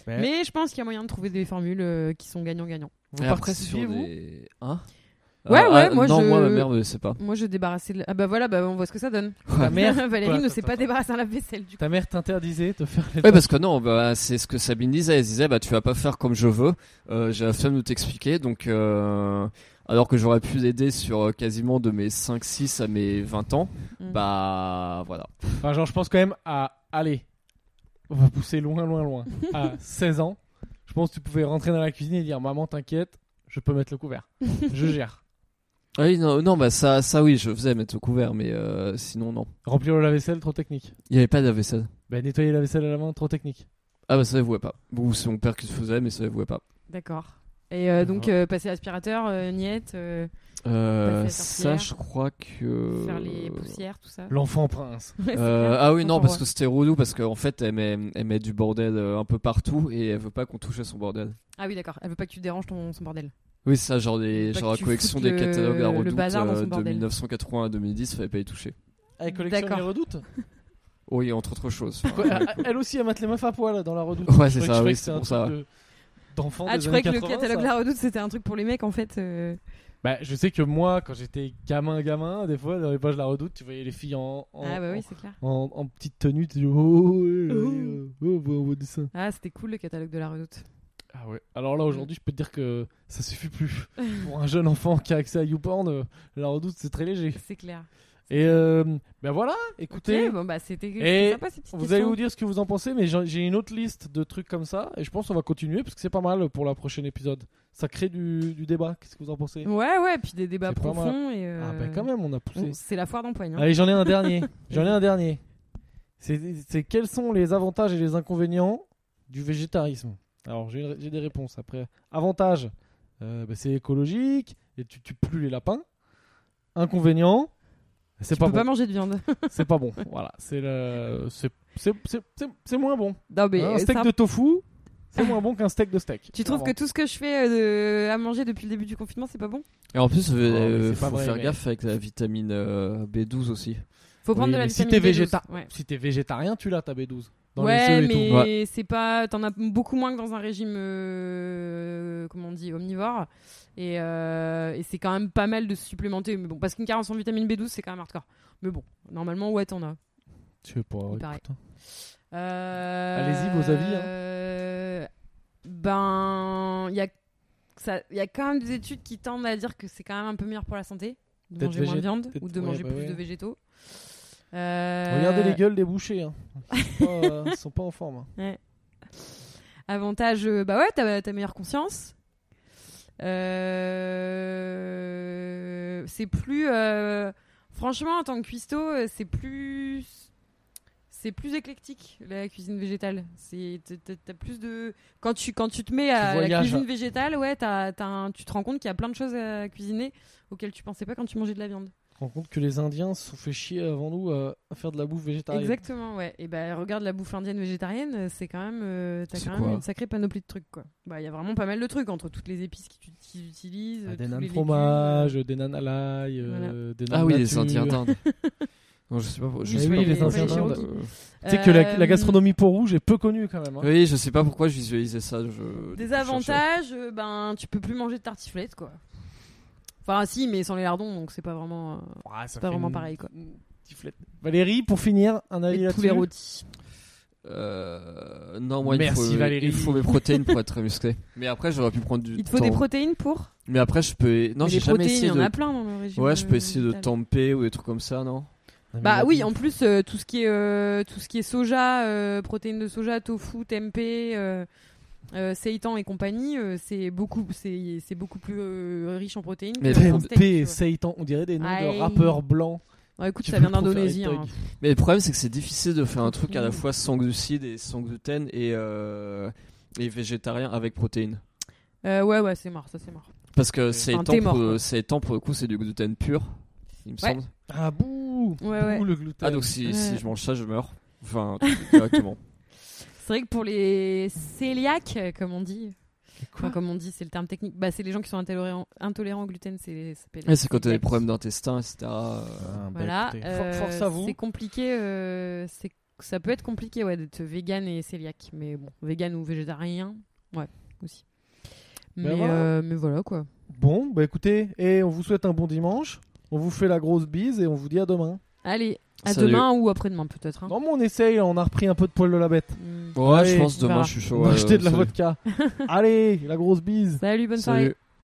[SPEAKER 1] Ouais.
[SPEAKER 2] Mais je pense qu'il y a moyen de trouver des formules euh, qui sont gagnant-gagnant.
[SPEAKER 1] Vous
[SPEAKER 3] Et après, c'est
[SPEAKER 1] participez,
[SPEAKER 3] sur
[SPEAKER 1] vous
[SPEAKER 3] des. Hein
[SPEAKER 2] Ouais,
[SPEAKER 3] Ah,
[SPEAKER 2] ouais,
[SPEAKER 3] ah,
[SPEAKER 2] moi,
[SPEAKER 3] Non,
[SPEAKER 2] je-
[SPEAKER 3] moi, ma mère ne sait pas.
[SPEAKER 2] Moi, je débarrassais. le- Ah bah voilà, bah on voit ce que ça donne.
[SPEAKER 1] Ta mère,
[SPEAKER 2] Valérie
[SPEAKER 1] Quoi,
[SPEAKER 2] ne sait
[SPEAKER 1] attends,
[SPEAKER 2] pas
[SPEAKER 1] attends.
[SPEAKER 2] débarrasser un lave-vaisselle du coup.
[SPEAKER 1] ta mère t'interdisait de faire les.
[SPEAKER 3] Ouais, parce que non, bah, c'est ce que Sabine disait. Elle disait, bah, tu vas pas faire comme je veux. Euh, J'ai la flemme de t'expliquer. Donc, euh, alors que j'aurais pu l'aider sur euh, quasiment de mes 5-6 à mes 20 ans,
[SPEAKER 2] Mm.
[SPEAKER 3] bah, voilà.
[SPEAKER 1] Enfin, genre, je pense quand même à. Allez, on va pousser loin, loin, loin. à 16 ans, je pense que tu pouvais rentrer dans la cuisine et dire Maman, t'inquiète, je peux mettre le couvert. Je gère.
[SPEAKER 3] Ah oui, non, non, bah, ça, ça, oui, je faisais mettre au couvert, mais euh, sinon, non.
[SPEAKER 1] Remplir le lave-vaisselle, trop technique.
[SPEAKER 3] Il n'y avait pas de vaisselle.
[SPEAKER 1] Ben, nettoyer la vaisselle à la main, trop technique.
[SPEAKER 3] Ah, bah, ça, elle voulait pas. Ou c'est mon père qui le faisait, mais ça, elle voulait pas.
[SPEAKER 2] D'accord. Et euh, donc
[SPEAKER 1] Ouais.
[SPEAKER 2] euh, passer aspirateur, euh, niette, euh,
[SPEAKER 3] Euh,
[SPEAKER 2] Pas fait la
[SPEAKER 3] ça,
[SPEAKER 2] tortillère.
[SPEAKER 3] je crois
[SPEAKER 1] Euh,
[SPEAKER 3] que.
[SPEAKER 2] faire les poussières, tout ça.
[SPEAKER 1] L'enfant prince.
[SPEAKER 2] Ouais, c'est
[SPEAKER 3] Euh,
[SPEAKER 2] clair.
[SPEAKER 3] ah oui,
[SPEAKER 2] On
[SPEAKER 3] non,
[SPEAKER 2] t'en
[SPEAKER 3] parce
[SPEAKER 2] voit.
[SPEAKER 3] que c'était relou, parce qu'en fait, elle met, elle met du bordel euh, un peu partout et elle veut pas qu'on touche à son bordel.
[SPEAKER 2] Ah oui, d'accord. Elle veut pas que tu déranges ton son bordel.
[SPEAKER 3] Oui, ça, genre, les,
[SPEAKER 2] Pas
[SPEAKER 3] genre
[SPEAKER 2] que
[SPEAKER 3] la
[SPEAKER 2] Bah, tu
[SPEAKER 3] collection
[SPEAKER 2] foutes
[SPEAKER 3] des
[SPEAKER 2] le-
[SPEAKER 3] catalogues à
[SPEAKER 2] le
[SPEAKER 3] redoute
[SPEAKER 2] bazar dans son
[SPEAKER 3] euh, de
[SPEAKER 2] bordel.
[SPEAKER 3] 1980 à 2010, fallait pas y toucher.
[SPEAKER 1] Elle collectionne les
[SPEAKER 2] D'accord.
[SPEAKER 1] redoutes.
[SPEAKER 3] Oui, entre autres choses.
[SPEAKER 1] Quoi, elle- elle aussi, elle mate les meufs à poil dans la redoute.
[SPEAKER 3] Ouais,
[SPEAKER 1] Je
[SPEAKER 3] c'est
[SPEAKER 1] croyais que- je croyais
[SPEAKER 3] ça, oui,
[SPEAKER 1] que
[SPEAKER 3] c'est
[SPEAKER 1] un
[SPEAKER 3] pour
[SPEAKER 1] truc
[SPEAKER 3] ça.
[SPEAKER 1] de- d'enfant
[SPEAKER 2] Ah,
[SPEAKER 1] Oh, des
[SPEAKER 2] tu croyais que
[SPEAKER 1] années
[SPEAKER 2] le
[SPEAKER 1] 80,
[SPEAKER 2] catalogue
[SPEAKER 1] ça.
[SPEAKER 2] de la redoute c'était un truc pour les mecs en fait euh,
[SPEAKER 1] Bah, je sais que moi, quand j'étais gamin, gamin, des fois, dans les pages de la redoute, tu voyais les filles en, en,
[SPEAKER 2] Ah bah oui, c'est clair.
[SPEAKER 1] en, en petite tenue. Tu dis, oh, oh, oh, oh, oh, oh, oh, dessin.
[SPEAKER 2] Ah, c'était cool le catalogue de la redoute.
[SPEAKER 1] Ah ouais. Alors là, aujourd'hui, je peux te dire que ça suffit plus. Pour un jeune enfant qui a accès à YouPorn, euh, la redoute, c'est très léger.
[SPEAKER 2] C'est clair.
[SPEAKER 1] Et euh, ben voilà, écoutez.
[SPEAKER 2] Ok, bon bah c'était
[SPEAKER 1] Et
[SPEAKER 2] c'était sympa ces petites
[SPEAKER 1] Vous
[SPEAKER 2] questions.
[SPEAKER 1] allez vous dire ce que vous en pensez, mais j'en- j'ai une autre liste de trucs comme ça, et je pense qu'on va continuer parce que c'est pas mal pour la prochaine épisode. Ça crée du, du débat, qu'est-ce que vous en pensez
[SPEAKER 2] Ouais, ouais, puis des débats
[SPEAKER 1] C'est pas mal.
[SPEAKER 2] profonds et. euh,
[SPEAKER 1] Ah ben quand même, Ah on a poussé.
[SPEAKER 2] on- C'est la foire d'empoigne. hein.
[SPEAKER 1] Allez, j'en ai un dernier. J'en ai un dernier. C'est c'est quels sont les avantages et les inconvénients du végétarisme Alors, j'ai j'ai des réponses après. Avantage, euh, bah, c'est écologique et tu tues plus les lapins. Inconvénient, c'est
[SPEAKER 2] Tu
[SPEAKER 1] pas,
[SPEAKER 2] peux pas
[SPEAKER 1] bon.
[SPEAKER 2] manger de viande.
[SPEAKER 1] C'est pas bon. Voilà, c'est le- c'est- c'est- c'est- c'est- c'est moins bon.
[SPEAKER 2] non mais
[SPEAKER 1] Ah, un
[SPEAKER 2] euh,
[SPEAKER 1] steak
[SPEAKER 2] c'est un-
[SPEAKER 1] de Ah, tofu, c'est moins bon qu'un steak de steak.
[SPEAKER 2] Tu trouves que
[SPEAKER 1] Clairement.
[SPEAKER 2] tout ce que je fais euh, de- à manger depuis le début du confinement, c'est pas bon
[SPEAKER 3] Et en plus,
[SPEAKER 1] mais
[SPEAKER 3] euh,
[SPEAKER 1] c'est pas
[SPEAKER 3] faut
[SPEAKER 1] vrai,
[SPEAKER 3] faire
[SPEAKER 1] mais-
[SPEAKER 3] gaffe avec la vitamine euh, B12 aussi.
[SPEAKER 2] Faut prendre
[SPEAKER 1] Oui,
[SPEAKER 2] de la
[SPEAKER 1] mais si
[SPEAKER 2] vitamine
[SPEAKER 1] t'es
[SPEAKER 2] B12,
[SPEAKER 1] végéta-
[SPEAKER 2] ouais.
[SPEAKER 1] si t'es végétarien, tu l'as ta B12 dans les
[SPEAKER 2] ouais,
[SPEAKER 1] œufs et
[SPEAKER 2] mais
[SPEAKER 1] tout.
[SPEAKER 2] c'est pas. T'en as beaucoup moins que dans un régime, euh, comment on dit, omnivore. Et, euh, et c'est quand même pas mal de se supplémenter. Mais bon, parce qu'une carence en vitamine B12, c'est quand même hardcore. Mais bon, normalement, ouais, t'en as.
[SPEAKER 1] Je sais pas,
[SPEAKER 2] Il
[SPEAKER 1] écoute,
[SPEAKER 2] paraît.
[SPEAKER 1] hein.
[SPEAKER 2] Euh,
[SPEAKER 1] Allez-y, vos avis, hein.
[SPEAKER 2] euh, Ben, il y a, ça- il y a quand même des études qui tendent à dire que c'est quand même un peu meilleur pour la santé de
[SPEAKER 1] Peut-être
[SPEAKER 2] manger moins de
[SPEAKER 1] végé-
[SPEAKER 2] viande
[SPEAKER 1] peut-être-
[SPEAKER 2] ou de
[SPEAKER 1] ouais,
[SPEAKER 2] manger
[SPEAKER 1] bah
[SPEAKER 2] plus
[SPEAKER 1] ouais.
[SPEAKER 2] de végétaux. Euh,
[SPEAKER 1] Regardez les gueules des bouchers. Hein. Ils, sont pas, euh, ils sont pas en forme. hein.
[SPEAKER 2] Avantage, euh, bah ouais, t'as t'as meilleure conscience. Euh, C'est plus, euh, franchement, en tant que cuistot, euh, c'est plus, c'est plus éclectique la cuisine végétale. C'est t'as- t'as- t'as plus de quand tu quand tu te mets à la
[SPEAKER 1] voyages.
[SPEAKER 2] cuisine végétale, ouais, t'as- t'as un- tu te rends compte qu'il y a plein de choses à cuisiner auxquelles tu pensais pas quand tu mangeais de la viande.
[SPEAKER 1] Tu te rends compte que les Indiens se sont fait chier avant nous euh, à faire de la bouffe végétarienne.
[SPEAKER 2] Exactement, ouais. Et bah, regarde la bouffe indienne végétarienne, euh, c'est quand même. euh, T'as
[SPEAKER 3] C'est
[SPEAKER 2] quand même
[SPEAKER 3] quoi
[SPEAKER 2] une sacrée panoplie de trucs, quoi. Bah, il y a vraiment pas mal de trucs entre toutes les épices qui tu- qu'ils utilisent.
[SPEAKER 1] Ah,
[SPEAKER 2] euh,
[SPEAKER 1] des
[SPEAKER 2] tous les
[SPEAKER 1] nanes
[SPEAKER 2] légumes,
[SPEAKER 1] fromage, des nanes à l'ail, euh, des nanes
[SPEAKER 3] Ah oui, les
[SPEAKER 1] nature.
[SPEAKER 3] Indiens d'Inde. Non, je sais pas. Je
[SPEAKER 1] Oui,
[SPEAKER 3] sais
[SPEAKER 1] oui,
[SPEAKER 3] pas
[SPEAKER 1] les
[SPEAKER 3] pourquoi.
[SPEAKER 1] Indiens d'Inde.
[SPEAKER 3] Euh,
[SPEAKER 2] euh,
[SPEAKER 1] Tu sais que la,
[SPEAKER 2] euh,
[SPEAKER 1] la gastronomie peau rouge est peu connue quand même. hein.
[SPEAKER 3] Oui, je sais pas pourquoi je visualisais ça. Je...
[SPEAKER 2] Des
[SPEAKER 3] je cherchais.
[SPEAKER 2] avantages, euh, ben, tu peux plus manger de tartiflette, quoi. Enfin, si, mais sans les lardons, donc c'est pas vraiment. euh,
[SPEAKER 1] Ouais, ça
[SPEAKER 2] pas
[SPEAKER 1] fait
[SPEAKER 2] vraiment
[SPEAKER 1] une-
[SPEAKER 2] pareil, quoi.
[SPEAKER 1] une tiflette. Valérie, pour finir, un avis
[SPEAKER 2] et tous
[SPEAKER 1] là-dessus.
[SPEAKER 2] les rôtis.
[SPEAKER 3] Euh, non, moi, il
[SPEAKER 1] Merci,
[SPEAKER 3] faut-
[SPEAKER 1] Valérie.
[SPEAKER 3] il faut mes protéines pour être très musclé. Mais après, j'aurais pu prendre du
[SPEAKER 2] Il te faut
[SPEAKER 3] temps.
[SPEAKER 2] des protéines pour.
[SPEAKER 3] Mais après, je peux. Non,
[SPEAKER 2] Mais
[SPEAKER 3] j'ai
[SPEAKER 2] les
[SPEAKER 3] jamais
[SPEAKER 2] protéines, il
[SPEAKER 3] essayé
[SPEAKER 2] y en
[SPEAKER 3] de.
[SPEAKER 2] a plein dans le régime.
[SPEAKER 3] Ouais, je peux
[SPEAKER 2] euh,
[SPEAKER 3] essayer de
[SPEAKER 2] végétal.
[SPEAKER 3] temper ou des trucs comme ça, non
[SPEAKER 1] Non, mais
[SPEAKER 2] Bah
[SPEAKER 1] la
[SPEAKER 2] oui,
[SPEAKER 1] bouffe.
[SPEAKER 2] en plus euh, tout ce qui est euh, tout ce qui est soja, euh, protéines de soja, tofu, tempeh, euh, euh, seitan et compagnie, euh, c'est beaucoup c'est c'est beaucoup plus euh, riche en protéines.
[SPEAKER 3] Mais
[SPEAKER 2] que dans un steak,
[SPEAKER 1] TNP et
[SPEAKER 2] tu vois.
[SPEAKER 1] Seitan, on dirait des noms
[SPEAKER 2] Aïe.
[SPEAKER 1] de rappeurs blancs.
[SPEAKER 2] Non, écoute,
[SPEAKER 1] tu
[SPEAKER 2] ça
[SPEAKER 1] peux
[SPEAKER 2] vient
[SPEAKER 1] trop faire
[SPEAKER 2] d'Indonésie.
[SPEAKER 1] les
[SPEAKER 2] hein.
[SPEAKER 1] thugs.
[SPEAKER 3] Mais le problème, c'est que c'est difficile de faire un truc à la
[SPEAKER 2] Mmh.
[SPEAKER 3] fois sans glucides et sans gluten et, euh, et végétarien avec protéines.
[SPEAKER 2] Euh, ouais ouais, c'est mort, ça c'est mort.
[SPEAKER 3] Parce que c'est
[SPEAKER 2] Enfin,
[SPEAKER 3] étant
[SPEAKER 2] t'es
[SPEAKER 3] pour,
[SPEAKER 2] mort, quoi.
[SPEAKER 3] c'est étant pour le coup, c'est du gluten pur, il me
[SPEAKER 2] Ouais.
[SPEAKER 3] semble.
[SPEAKER 1] Ah bouh
[SPEAKER 2] Ouais, ouais.
[SPEAKER 1] Bouh, le gluten.
[SPEAKER 3] Ah, donc si,
[SPEAKER 2] Ouais.
[SPEAKER 3] si je mange ça, je meurs. Enfin, directement.
[SPEAKER 2] C'est vrai que pour les cœliaques, euh, comme on dit,
[SPEAKER 1] Quoi
[SPEAKER 2] enfin, comme on dit, c'est le terme technique. Bah, c'est les gens qui sont intolérants, intolérants au gluten, c'est les. ça s'appelle
[SPEAKER 3] Ouais, c'est quand t'as des
[SPEAKER 2] cœliaques.
[SPEAKER 3] problèmes d'intestin, etc. euh,
[SPEAKER 1] Ah, bah,
[SPEAKER 2] Voilà.
[SPEAKER 1] écoutez,
[SPEAKER 2] euh,
[SPEAKER 1] for- force à vous.
[SPEAKER 2] C'est compliqué. euh, c'est ça peut être compliqué, ouais, d'être vegan et cœliaque, mais bon, vegan ou végétarien, ouais, aussi.
[SPEAKER 1] Ben
[SPEAKER 2] Mais,
[SPEAKER 1] voilà.
[SPEAKER 2] euh, mais voilà quoi.
[SPEAKER 1] Bon, bah écoutez, et on vous souhaite un bon dimanche. On vous fait la grosse bise et on vous dit à demain.
[SPEAKER 2] Allez, à
[SPEAKER 3] Salut.
[SPEAKER 2] demain ou après-demain peut-être. hein.
[SPEAKER 1] Non, mais on essaye, on a repris un peu de poil de la bête.
[SPEAKER 2] Mm.
[SPEAKER 3] Ouais,
[SPEAKER 1] Allez,
[SPEAKER 3] je pense demain,
[SPEAKER 2] voilà.
[SPEAKER 3] je suis chaud.
[SPEAKER 1] On a
[SPEAKER 3] ouais,
[SPEAKER 1] acheté de la
[SPEAKER 3] salut.
[SPEAKER 1] vodka. Allez, la grosse bise.
[SPEAKER 2] Salut, bonne soirée.
[SPEAKER 3] Salut.